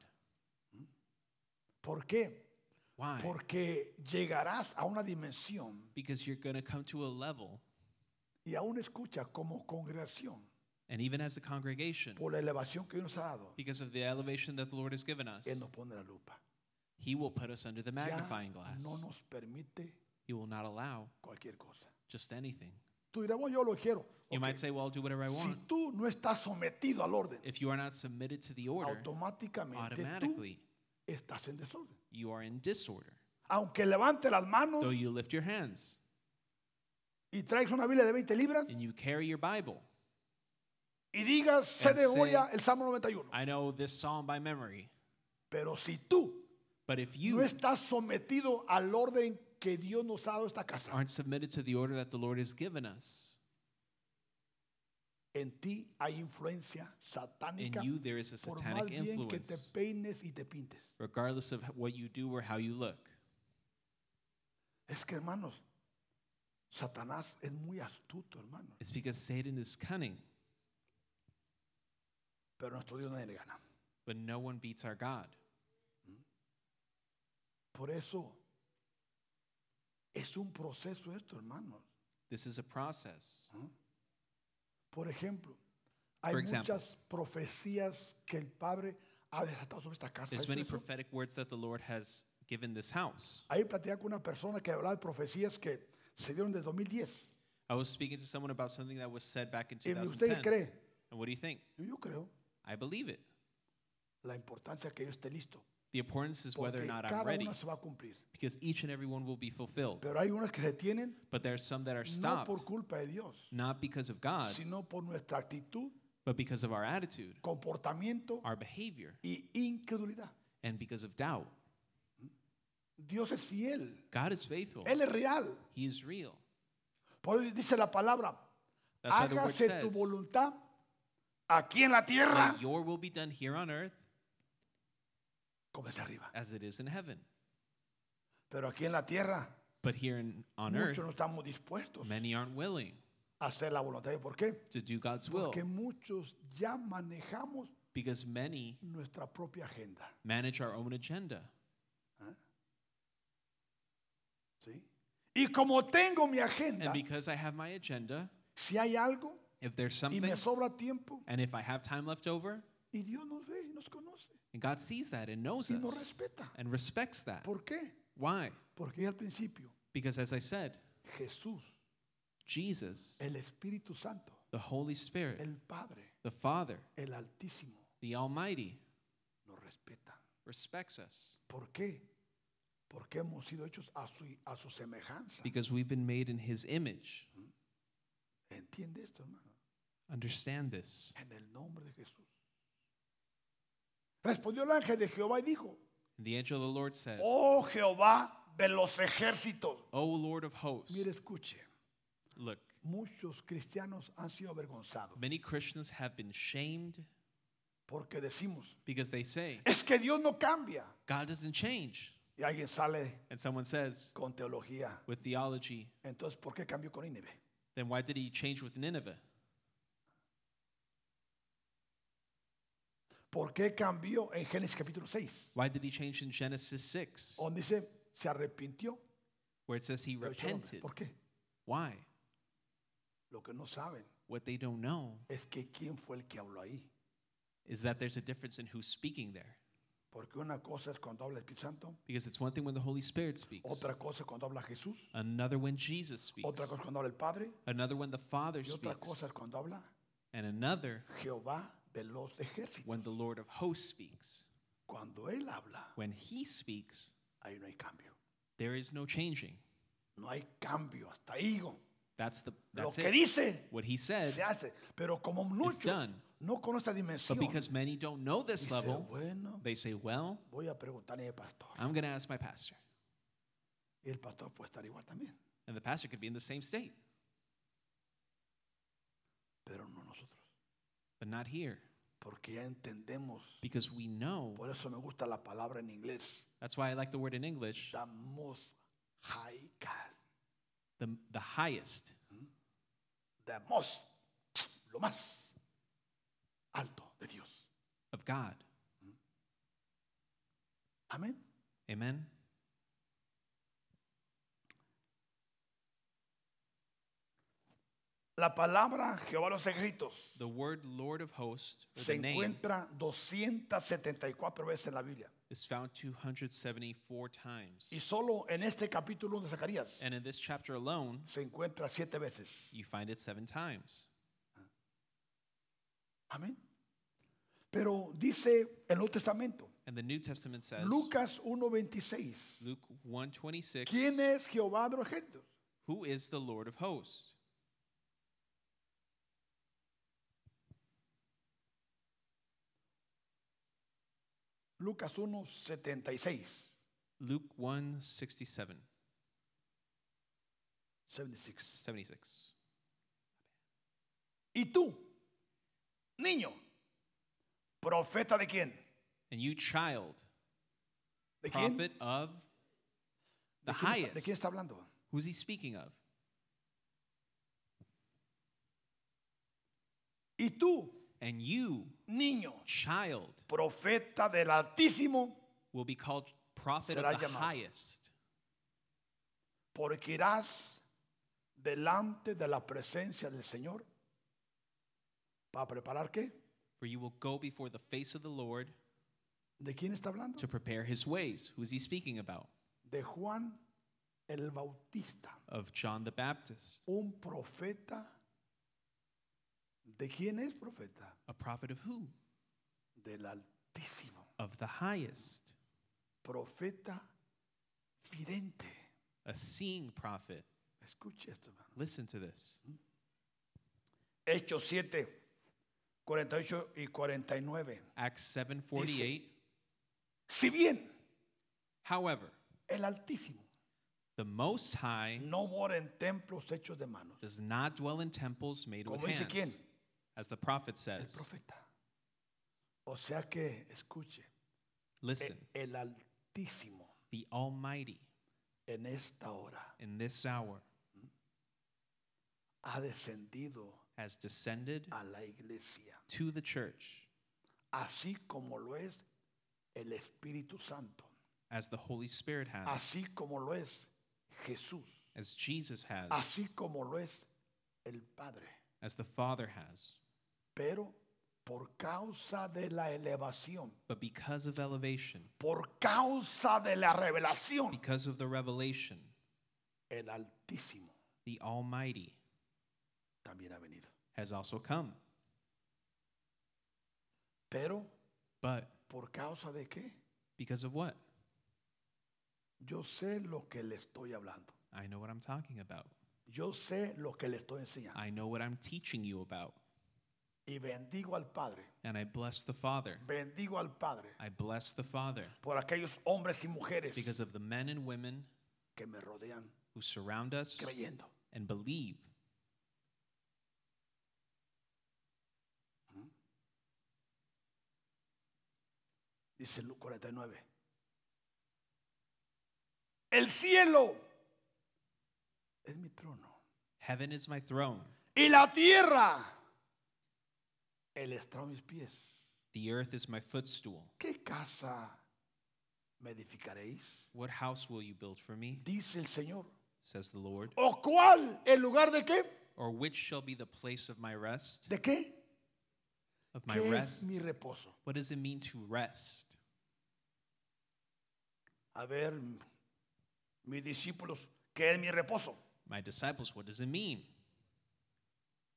A: ¿Por qué?
B: Why?
A: Porque llegarás a una dimensión
B: Because you're going to come to a level,
A: y aún escucha como congregación
B: and even as a congregation,
A: por la elevación que Dios nos ha dado.
B: because of the elevation that the Lord has given us,
A: Él nos pone la lupa.
B: He will put us under the
A: Ya
B: magnifying glass.
A: no nos permite
B: He will not allow
A: cualquier cosa.
B: just anything.
A: Tú dirás, "Bueno, yo lo quiero.
B: You
A: Ok.
B: might say, Well, I'll do whatever I
A: Si
B: want.
A: tú no estás sometido al orden,
B: If you are not submitted to the order,
A: automáticamente tú
B: automatically
A: estás en desorden.
B: you are in disorder.
A: Aunque levante las manos
B: Though you lift your hands
A: y traigas una Biblia de 20 libras
B: and you carry your Bible,
A: y digas, se
B: and say-
A: memoria el Salmo 91.
B: I know this psalm by memory,
A: Pero si tú
B: but if
A: no
B: you
A: estás sometido al orden que Dios nos ha dado esta casa,
B: aren't submitted to the order that the Lord has given us.
A: en ti hay influencia
B: In
A: satánica
B: you, there is a
A: por más
B: satanic
A: bien que te
B: influence,
A: peines y te pintes.
B: regardless of what you do or how you look.
A: Es que hermanos, Satanás es muy astuto, hermanos,
B: It's because Satan is cunning,
A: pero nuestro Dios nadie le gana.
B: but no one beats our God.
A: Por eso es un proceso esto, hermanos. Oh,
B: This is a process.
A: Por ejemplo, Hay
B: For example.
A: muchas profecías que el Padre ha desatado sobre esta casa.
B: There's
A: ¿Esto
B: many
A: es eso?
B: prophetic words that the Lord has given this house.
A: Ahí platicaba con una persona que hablaba de profecías que se dieron desde 2010.
B: I was speaking to someone about something that was said back in
A: ¿Y usted
B: 2010.
A: cree?
B: And what do you think?
A: Yo, yo creo
B: I believe it.
A: la importancia que yo esté listo.
B: The importance is whether
A: Porque
B: or not I'm
A: cada
B: ready,
A: una se va a cumplir.
B: because each and every one will be fulfilled.
A: Pero hay unas que se tienen
B: But there are some that are
A: no
B: stopped,
A: por culpa de Dios,
B: not because of God,
A: sino por nuestra actitud,
B: but because of our attitude,
A: comportamiento
B: our behavior,
A: y incredulidad.
B: and because of doubt.
A: Dios es fiel.
B: God is faithful,
A: Él es real.
B: He is real.
A: Por eso dice la palabra,
B: That's why the word
A: hágase tu
B: says,
A: voluntad aquí en la tierra
B: Let your will be done here on earth
A: como es arriba.
B: as it is in heaven.
A: Pero aquí en la tierra
B: But here in, on earth,
A: muchos no estamos dispuestos
B: many aren't willing
A: a hacer la voluntad. ¿Y por qué?
B: to do God's will
A: Porque muchos ya manejamos
B: because many
A: nuestra propia agenda.
B: manage our own agenda.
A: ¿sí? Y como tengo mi agenda,
B: And because I have my agenda,
A: si hay algo
B: if there's
A: y me
B: something,
A: sobra tiempo,
B: and if I have time left over,
A: y Dios nos ve y nos conoce
B: and God sees that and knows
A: y nos
B: us
A: respeta.
B: and respects that.
A: ¿Por qué?
B: Why?
A: Porque al principio
B: Because as I said,
A: Jesús,
B: Jesus,
A: el Espíritu Santo,
B: the Holy Spirit,
A: el Padre,
B: the Father,
A: el Altísimo,
B: the Almighty,
A: nos respetan.
B: respects us
A: ¿Por qué? Porque hemos sido hechos a su, a su semejanza.
B: because we've been made in His image.
A: ¿Entiende esto, hermano?
B: Understand this.
A: En el nombre de Jesús. Respondió el ángel de Jehová y dijo,
B: And the angel of the Lord said,
A: oh Jehová de los ejércitos.
B: O Lord of hosts,
A: Mire, escuche,
B: look,
A: muchos cristianos han sido avergonzados
B: many Christians have been shamed
A: porque decimos,
B: because they say,
A: es que Dios no cambia.
B: God doesn't change.
A: Y alguien sale
B: And someone says,
A: con teología.
B: with theology,
A: Entonces, ¿por qué cambió con Nínive?
B: then why did he change with Nineveh?
A: ¿Por qué cambió en Génesis capítulo 6?
B: Why did he change in Genesis 6,
A: Donde dice, se arrepintió.
B: where it says he
A: pero echó hombre.
B: repented?
A: ¿Por qué?
B: Why?
A: Lo que no saben
B: What they don't know
A: es que quién fue el que habló ahí.
B: is that there's a difference in who's speaking there.
A: Porque una cosa es cuando habla el Espíritu Santo,
B: Because it's one thing when the Holy Spirit speaks,
A: otra cosa es cuando habla Jesús,
B: another when Jesus speaks,
A: otra cosa es cuando habla el Padre,
B: another when the Father
A: y otra
B: speaks,
A: cosa es cuando habla
B: and another
A: Jehová de los ejércitos.
B: when the Lord of hosts speaks.
A: Cuando Él habla,
B: When he speaks,
A: ahí no hay cambio.
B: there is no changing.
A: No hay cambio, hasta ahí. hijo.
B: That's the
A: Lo
B: that's
A: que
B: it.
A: dice,
B: What he said.
A: se hace. Pero como muchos
B: done.
A: no conocen esta dimensión,
B: But because many don't know this
A: dice,
B: level,
A: bueno,
B: they say, "Well,
A: voy a preguntarle al pastor.
B: I'm going to ask my pastor."
A: Y el pastor puede estar igual también,
B: And the pastor could be in the same state,
A: pero no nosotros.
B: but not here
A: Porque ya entendemos.
B: because we know.
A: Por eso me gusta la palabra en inglés.
B: That's why I like the word in English,
A: The most high God.
B: the the highest,
A: The most. Lo más alto de Dios.
B: of God.
A: Amén.
B: Amen.
A: La palabra Jehová de los ejércitos
B: The word Lord of hosts, or
A: se
B: the name,
A: encuentra 274 veces en la Biblia.
B: is found 274 times.
A: Y solo en este capítulo de Zacarías
B: And in this chapter alone,
A: se encuentra siete veces.
B: you find it seven times.
A: Amén. Pero dice el Nuevo Testamento,
B: And the New Testament says,
A: Lucas 1:26.
B: Luke 126,
A: ¿Quién es Jehová de los ejércitos?
B: who is the Lord of hosts?
A: Lucas 1:76.
B: Luke 167,
A: 76.
B: 76.
A: ¿Y tú, niño, profeta de quién?
B: And you child,
A: ¿De quién?
B: prophet of the
A: ¿De quién está, de
B: highest.
A: quién está hablando?
B: Who's he speaking of?
A: ¿Y tú,
B: And you,
A: niño,
B: child,
A: profeta del Altísimo,
B: will be called prophet
A: Será
B: of the
A: llamado.
B: highest.
A: porque irás delante de la presencia del Señor ¿Para preparar qué?
B: For you will go before the face of the Lord
A: ¿De quién está hablando?
B: to prepare his ways. Who is he speaking about?
A: De Juan el Bautista,
B: Of John the Baptist.
A: un profeta. ¿De quién es profeta?
B: A prophet of who?
A: Del Altísimo.
B: Of the highest.
A: Profeta vidente.
B: A seeing prophet.
A: Escuche esto, hermano.
B: Listen to this.
A: Hechos 7, 48 y 49.
B: Acts 7:48.
A: Si bien
B: However,
A: el Altísimo
B: the Most High
A: no mora en templos hechos de manos,
B: does not dwell in temples made with
A: Como dice
B: hands,
A: quién?
B: as the prophet
A: el
B: says.
A: profeta. O sea que, escuche,
B: Listen,
A: e- el Altísimo
B: the Almighty
A: en esta hora
B: in this hour
A: ha descendido
B: has descended
A: a la iglesia,
B: to the church
A: así como lo es el Espíritu Santo,
B: as the Holy Spirit has,
A: así como lo es Jesús,
B: as Jesus has,
A: así como lo es el Padre.
B: as the Father has.
A: pero por causa de la elevación,
B: But because of elevation,
A: por causa de la revelación,
B: because of the revelation,
A: el Altísimo
B: the Almighty
A: también ha venido.
B: has also come.
A: Pero
B: But
A: por causa de qué?
B: because of what?
A: Yo sé lo que le estoy hablando.
B: I know what I'm talking about.
A: Yo sé lo que le estoy enseñando.
B: I know what I'm teaching you about.
A: Y bendigo al Padre,
B: And I bless the Father.
A: bendigo al Padre
B: I bless the Father
A: por aquellos hombres y mujeres
B: because of the men and women
A: que me rodean
B: who surround us
A: creyendo.
B: and believe.
A: Dice Lucas 49. El cielo es mi trono.
B: Heaven is my throne,
A: y la tierra el estrado de mis pies.
B: the earth is my footstool.
A: ¿Qué casa me edificaréis?
B: What house will you build for me?
A: Dice el Señor.
B: Says the Lord.
A: ¿O cuál el lugar de qué?
B: Or which shall be the place of my rest?
A: ¿De qué?
B: Of my
A: ¿Qué es
B: rest?
A: mi reposo?
B: What does it mean to rest?
A: A ver, m- mis discípulos, ¿qué es mi reposo?
B: My disciples, what does it mean?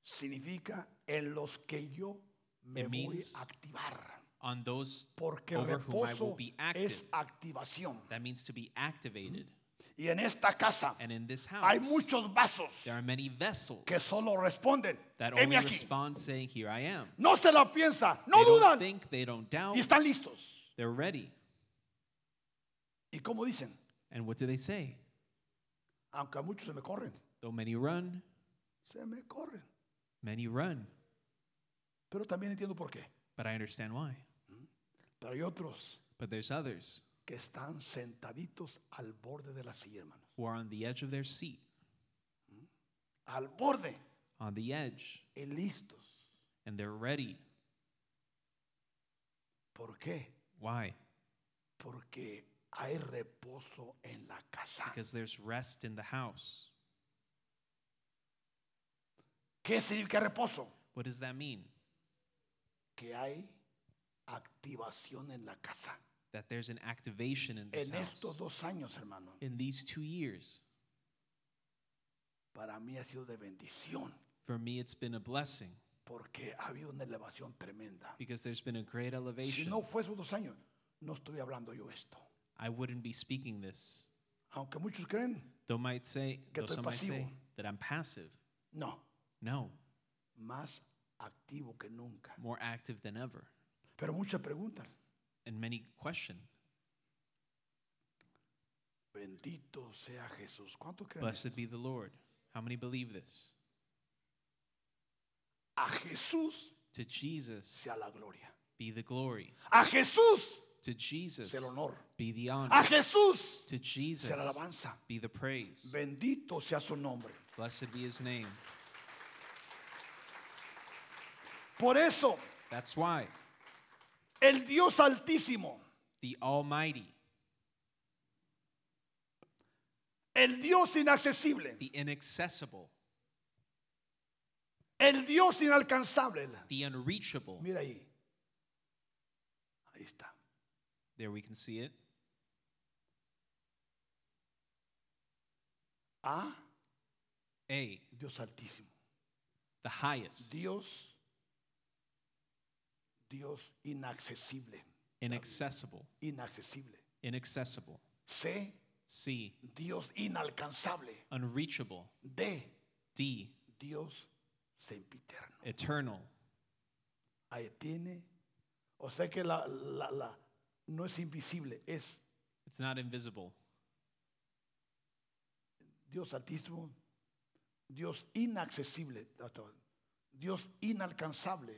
A: Significa en los que yo me
B: It
A: voy
B: means-
A: a activar.
B: On those
A: Porque
B: over whom I will
A: reposo
B: be
A: es
B: active.
A: activación.
B: That means to be activated.
A: Y en esta casa
B: And in this house,
A: hay muchos vasos
B: there are many vessels
A: que solo responden.
B: that
A: "Heme
B: only
A: aquí.
B: respond saying, Here I am.
A: No se la piensa, no
B: They
A: dudan
B: don't think, they don't doubt,
A: y están listos.
B: they're ready.
A: Y como dicen,
B: And what do they say?
A: aunque a muchos se me corren,
B: Though many run,
A: se me corren.
B: many run.
A: Pero también entiendo por qué.
B: But I understand why.
A: Pero hay otros
B: But there's others
A: que están sentaditos al borde de la silla, hermano.
B: who are on the edge of their seat,
A: Al borde
B: on the edge,
A: y listos.
B: and they're ready.
A: ¿Por qué?
B: Why?
A: Porque hay reposo en la casa.
B: Because there's rest in the house.
A: ¿Qué significa reposo?
B: What does that mean?
A: Que hay activación en la casa.
B: That there's an activation in this
A: En estos
B: house.
A: dos años, hermano,
B: In these two years,
A: para mí ha sido de bendición
B: for me, it's been a blessing
A: porque ha habido una elevación tremenda.
B: because there's been a great
A: Si
B: elevation.
A: no fuese esos dos años, no estoy hablando yo esto.
B: I wouldn't be speaking this.
A: Aunque muchos creen,
B: Though might say,
A: Que
B: though
A: estoy
B: some might say
A: pasivo.
B: that I'm passive.
A: no,
B: No,
A: más activo que nunca.
B: more active than ever.
A: Pero muchos preguntan,
B: And many question.
A: bendito sea Jesús. ¿Cuántos creen?
B: Blessed be the Lord. How many believe this?
A: A Jesús
B: To Jesus
A: sea la gloria.
B: be the glory.
A: A Jesús
B: To Jesus
A: sea el honor.
B: be the
A: A
B: honor.
A: Jesús
B: To Jesus
A: sea Ah. la alabanza.
B: be the praise.
A: Bendito sea su nombre.
B: Blessed be his name.
A: Por eso,
B: That's why
A: el Dios altísimo,
B: the Almighty,
A: el Dios inaccesible,
B: the inaccessible,
A: El Dios inalcanzable.
B: the unreachable.
A: Mira ahí. Ahí está.
B: There we can see it.
A: A,
B: A,
A: Dios altísimo.
B: the highest,
A: Dios, Dios inaccesible.
B: inaccessible,
A: Inaccesible.
B: inaccessible.
A: C,
B: C,
A: Dios inalcanzable.
B: unreachable.
A: D,
B: D,
A: Dios sempiterno.
B: eternal.
A: Ahí tiene. O sea que la, la- la- no es invisible, es
B: It's not invisible.
A: Dios altísimo, Dios inaccesible, hasta- Dios inalcanzable.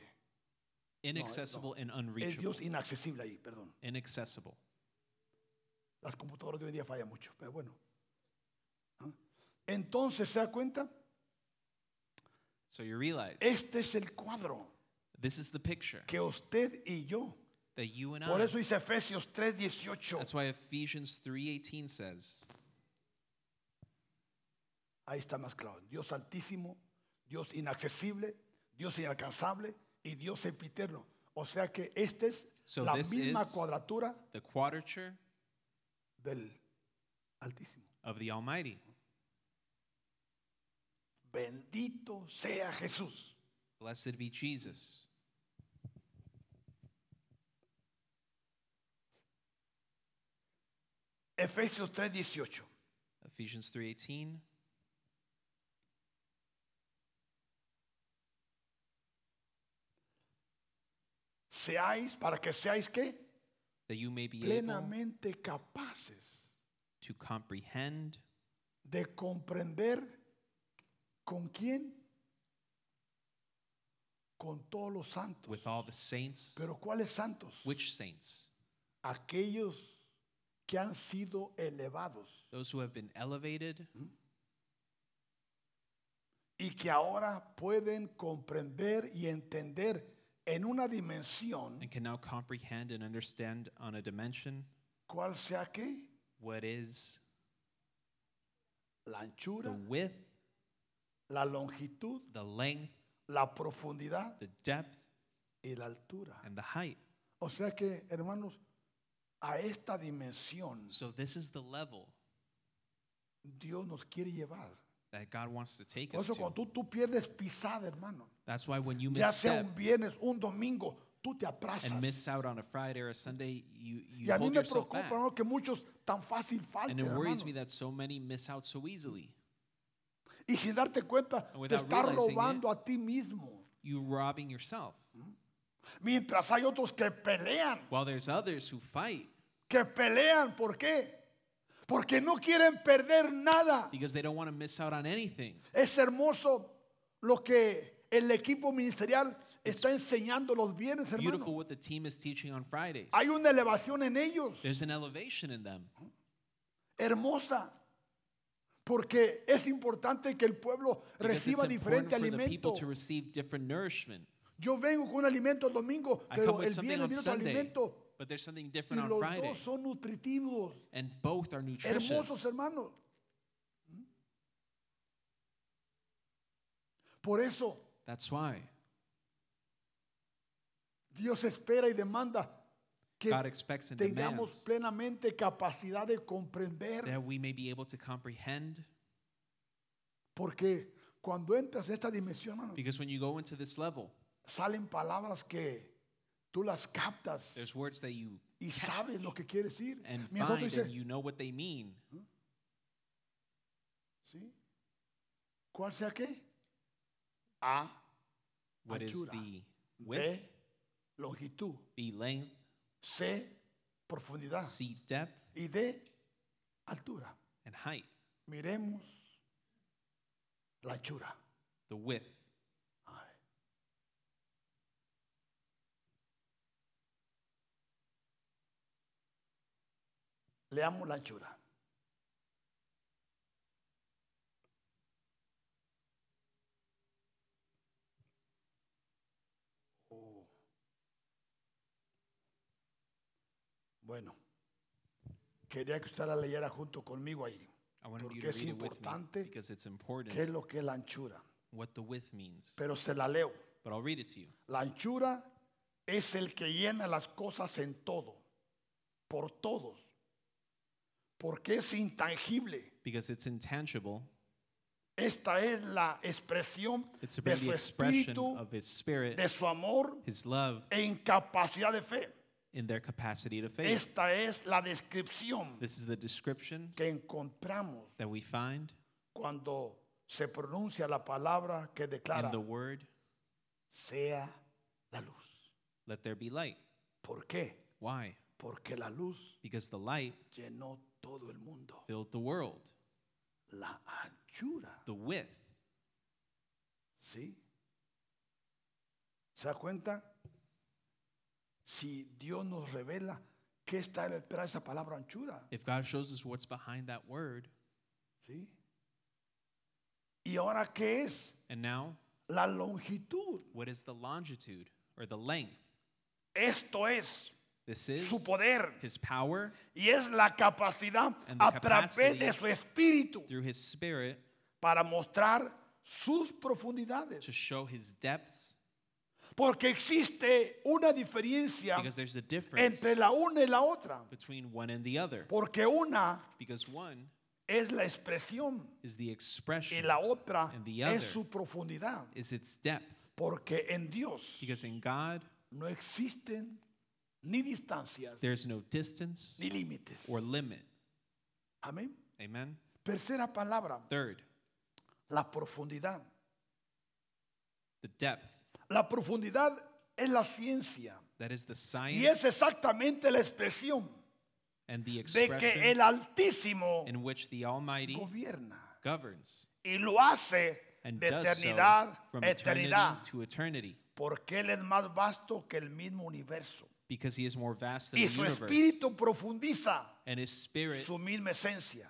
B: Inaccessible and
A: Es
B: unreachable.
A: Dios inaccesible ahí, perdón.
B: Inaccessible.
A: Las computadoras de hoy en día fallan mucho, pero bueno. ¿Ah? Entonces, ¿se da cuenta?
B: So you realize
A: Este es el cuadro
B: this is the picture
A: que usted y yo.
B: that you and
A: Por
B: I.
A: eso dice Efesios 3:18.
B: That's why Ephesians 3:18 says,
A: Ahí está más claro. Dios altísimo, Dios inaccesible, Dios inalcanzable y Dios sempiterno. O sea que esta es
B: So
A: la
B: this
A: misma
B: is-
A: cuadratura
B: "The quadrature
A: del Altísimo.
B: of the Almighty."
A: Bendito sea Jesús.
B: Blessed be Jesus.
A: Efesios 3:18.
B: Ephesians 3:18.
A: Seáis para que seáis qué?
B: that you may be able
A: Plenamente capaces
B: to comprehend
A: de comprender con quién? Con todos los santos.
B: with all the saints.
A: Pero ¿cuáles santos?
B: Which saints?
A: aquellos que han sido elevados
B: Those who have been elevated
A: Mm-hmm. y que ahora pueden comprender y entender en una dimensión
B: and can now comprehend and understand on a dimension
A: cuál sea qué,
B: what is
A: la
B: the
A: anchura,
B: width,
A: la longitud,
B: the length,
A: la profundidad
B: the depth,
A: y la altura.
B: and the height.
A: O sea que, hermanos, a esta dimensión
B: So this is the level
A: Dios nos quiere llevar.
B: that God wants to take
A: Por
B: us
A: eso
B: to.
A: cuando tú, tú pierdes pisada, hermano,
B: That's why when you
A: ya sea
B: misstep
A: un viernes, un domingo, tú te atrasas.
B: and miss out on a Friday or a Sunday, you,
A: Y
B: you
A: a mí
B: hold
A: me
B: yourself
A: preocupa
B: back.
A: hermano, que muchos tan fácil falten.
B: And it worries
A: hermano.
B: me that so many miss out so easily.
A: Y sin darte cuenta, te
B: without
A: estás
B: realizing
A: robando a ti mismo.
B: You robbing yourself.
A: Mientras hay otros que pelean,
B: While there's others who fight
A: que pelean, ¿por qué? Porque no quieren perder nada.
B: because they don't want to miss out on anything.
A: Es hermoso lo que el equipo ministerial está enseñando los viernes,
B: Beautiful
A: hermano.
B: what the team is teaching on Fridays.
A: Hay una elevación en ellos,
B: There's an elevation in them.
A: hermosa. Porque es importante que el pueblo
B: because it's
A: reciba
B: important
A: diferente
B: for the
A: alimento.
B: people to receive different nourishment.
A: Yo vengo con un alimento el domingo,
B: I come
A: pero
B: with
A: el
B: something
A: viernes
B: on
A: viene otro
B: Sunday,
A: alimento.
B: but there's something
A: Y
B: different on
A: los
B: Friday,
A: dos son nutritivos.
B: and both are
A: hermosos ¿Mm?
B: nutritious.
A: hermanos. Por eso
B: That's why
A: Dios espera y demanda que
B: God expects and
A: tengamos
B: demands
A: plenamente capacidad de comprender,
B: that we may be able to comprehend.
A: porque cuando entras en esta dimensión, hermano,
B: Because when you go into this level,
A: salen palabras que tú las captas
B: there's words that you
A: y sabes lo que quieres decir.
B: and
A: Mi otro
B: find
A: dice,
B: and you know what they mean.
A: ¿sí? ¿cuál sea qué?
B: Ah,
A: A,
B: What is
A: Anchura.
B: the width,
A: B, longitud,
B: B length,
A: C, profundidad.
B: C depth,
A: y de altura.
B: and height?
A: Miremos la anchura.
B: The width.
A: Ay. Leamos la anchura. Oh. Bueno, quería que usted la leyera junto conmigo ahí.
B: I wanted
A: Porque
B: you to
A: es
B: read it with me
A: importante
B: because it's
A: ¿Qué
B: important
A: es lo que es la anchura?
B: what the width means.
A: pero se la leo.
B: But I'll read it to you.
A: La anchura es el que llena las cosas en todo, por todos, porque es intangible.
B: Because it's intangible.
A: Esta es la expresión
B: It's
A: de
B: simply
A: su
B: the expression
A: espíritu,
B: of His Spirit,
A: de su amor
B: His love,
A: e incapacidad de fe.
B: in their capacity to faith.
A: Esta es la descripción
B: This is the description
A: que encontramos
B: that we find
A: cuando se pronuncia la palabra que declara
B: in the Word,
A: sea la luz.
B: let there be light.
A: ¿Por qué?
B: Why?
A: Porque la luz
B: Because the light
A: llenó todo el mundo.
B: filled the world.
A: La anchura,
B: The width.
A: ¿sí? ¿Se da cuenta? Si Dios nos revela qué está en detrás de esa palabra anchura,
B: If God shows us what's behind that word,
A: ¿sí? ¿Y ahora qué es?
B: and now
A: La longitud.
B: what is the longitude or the length?
A: Esto es
B: This is
A: su poder.
B: His power
A: Y es la capacidad
B: And the
A: a través
B: capacity
A: de su espíritu
B: through His Spirit
A: para mostrar sus profundidades.
B: to show His depths,
A: Porque existe una diferencia
B: because there's a difference
A: entre la una y la otra.
B: between one and the other.
A: Porque una
B: Because one
A: es la expresión
B: is the
A: y
B: expression,
A: la otra
B: And the other.
A: es su profundidad.
B: is its depth.
A: Porque en Dios
B: Because in God,
A: no existen ni distancias
B: there's no distance
A: ni límites.
B: or limit.
A: Amén.
B: Amen.
A: Tercera palabra,
B: Third,
A: la profundidad.
B: the depth.
A: La profundidad es la ciencia
B: That is the
A: y es
B: science
A: exactamente la expresión
B: and
A: de
B: the
A: que
B: expression
A: el Altísimo
B: in which the Almighty
A: gobierna
B: governs
A: y lo hace
B: and
A: de
B: does so
A: eternidad
B: from
A: a
B: eternity
A: eternidad,
B: to eternity
A: porque Él es más vasto que el mismo universo
B: because He is more vast than
A: y
B: the
A: su
B: universe.
A: espíritu profundiza
B: and His Spirit
A: su misma esencia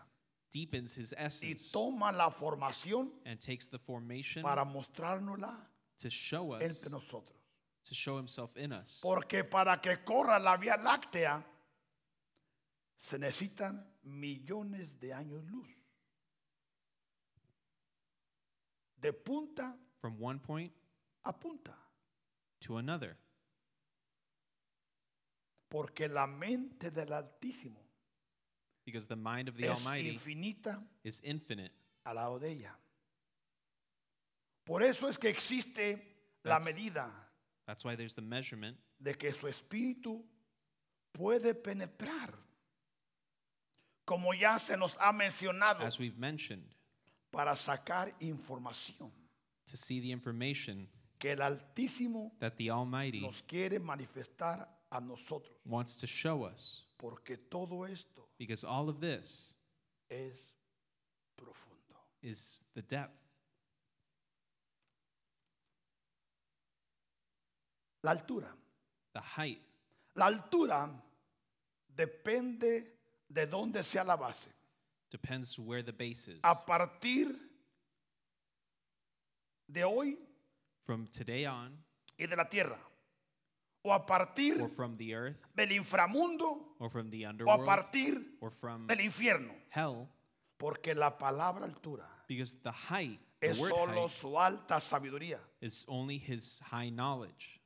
B: deepens His
A: y
B: essence
A: toma la formación
B: and takes the formation
A: para mostrárnosla
B: to show us,
A: entre nosotros.
B: to show Himself in us.
A: Porque para que corra la Vía Láctea se necesitan millones de años luz. De punta
B: From one point
A: a punta.
B: to another.
A: Porque la mente del Altísimo
B: Because the mind of the
A: es
B: Almighty
A: infinita
B: is infinite.
A: al lado de ella. Por eso es que existe la
B: That's-
A: medida
B: That's why there's the measurement
A: de que su espíritu puede penetrar. Como ya se nos ha mencionado,
B: as we've mentioned,
A: para sacar información
B: to see the information
A: que el Altísimo
B: that the Almighty
A: nos quiere manifestar a nosotros,
B: wants to show us,
A: porque todo esto
B: because all of this
A: es profundo.
B: is the depth.
A: La altura.
B: The height
A: La altura depende de dónde sea la base.
B: depends where the base is.
A: A partir de hoy
B: From today on,
A: y de la tierra, o a partir
B: or from the earth,
A: del inframundo,
B: or from the
A: o a
B: underworld,
A: partir
B: or from
A: del infierno,
B: hell,
A: porque la palabra altura
B: because the height, the
A: es
B: word
A: solo
B: height,
A: su alta sabiduría.
B: is only his high knowledge.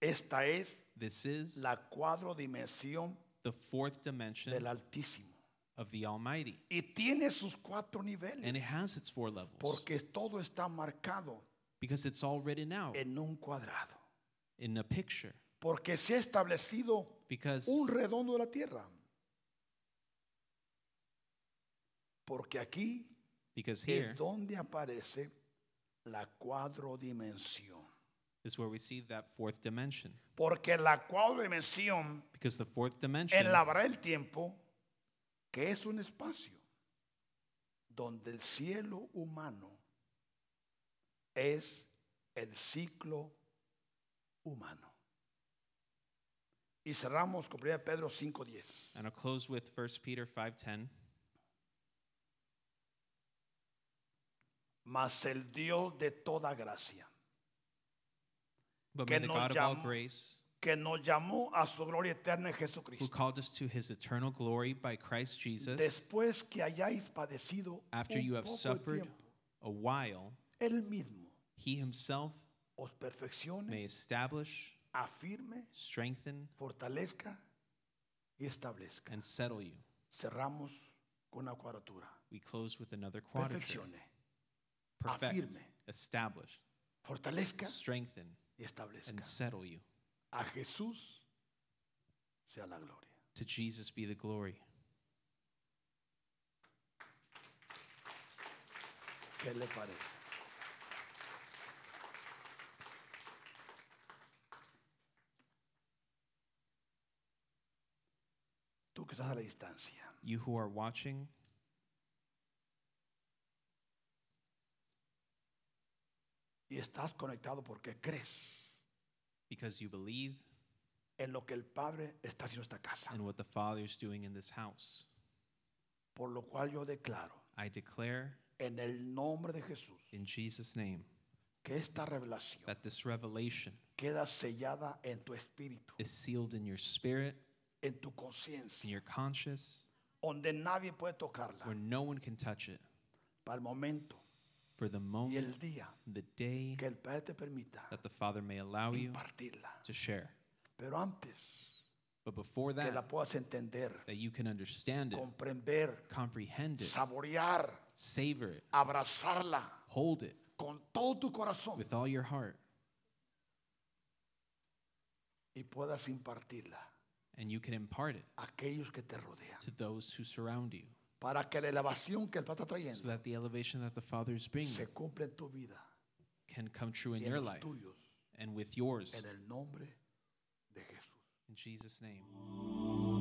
A: Esta es
B: This is
A: la cuadrodimensión
B: the fourth
A: del
B: dimension
A: Altísimo.
B: of the Almighty.
A: Y tiene sus cuatro
B: And it
A: niveles,
B: has its four levels
A: porque todo está marcado
B: because it's all written out
A: en un cuadrado.
B: in a picture.
A: Porque se ha establecido
B: Because
A: un redondo de la tierra. Porque aquí
B: because here
A: es donde aparece la cuadrodimensión.
B: is where we see that fourth dimension.
A: Porque la cuadrodimensión
B: Because the fourth dimension
A: enlabrará el tiempo, que es un espacio donde el cielo humano es el ciclo humano. Y cerramos con 1 Pedro 5:10.
B: and I'll close with 1 Peter 5:10.
A: Mas el Dios de toda gracia,
B: But
A: Que
B: may the
A: nos
B: God of all
A: llamó-
B: grace,
A: que nos llamó a su gloria eterna en
B: who
A: Jesucristo,
B: called us to his eternal glory by Christ Jesus,
A: después que hayáis padecido
B: after
A: un
B: you have
A: poco de
B: suffered
A: tiempo,
B: a while,
A: él mismo
B: He himself
A: os perfeccione,
B: may establish,
A: afirme,
B: strengthen,
A: fortalezca y establezca.
B: and settle you.
A: Cerramos con una cuadratura.
B: We close with another quadrature.
A: Perfeccione,
B: Perfect,
A: Afirme.
B: establish,
A: fortalezca
B: strengthen,
A: y establezca.
B: and settle you.
A: A Jesús sea la gloria.
B: To Jesus be the glory.
A: ¿Qué le parece? Tú que estás a la distancia,
B: You who are watching,
A: y estás conectado porque crees
B: because you believe
A: en lo que el Padre está haciendo en esta casa.
B: in what the Father is doing in this house.
A: Por lo cual yo declaro
B: I declare
A: en el nombre de Jesús
B: in Jesus' name
A: que esta revelación
B: that this revelation
A: queda sellada en tu espíritu,
B: is sealed in your spirit,
A: en tu
B: in
A: conciencia,
B: your conscience,
A: donde nadie puede
B: where
A: tocarla
B: no one can touch it.
A: para el momento
B: For the
A: y
B: moment,
A: el día
B: the day
A: que el Padre te permita
B: that the Father may allow you
A: impartirla.
B: to share.
A: Pero antes
B: But before
A: que
B: that,
A: la puedas entender,
B: that you can understand it,
A: comprender,
B: comprehend it,
A: saborear,
B: savor it,
A: abrazarla
B: hold it
A: con todo tu corazón
B: with all your heart,
A: y puedas impartirla
B: and you can impart it
A: a aquellos que te rodean.
B: to those who surround you,
A: Para que la elevación que el Padre está
B: so
A: trayendo
B: that the elevation that the Father is bringing
A: se cumpla en tu vida
B: can come true in
A: y en
B: your
A: los
B: life
A: tuyos,
B: and with yours.
A: en el nombre de Jesús.
B: In Jesus' name.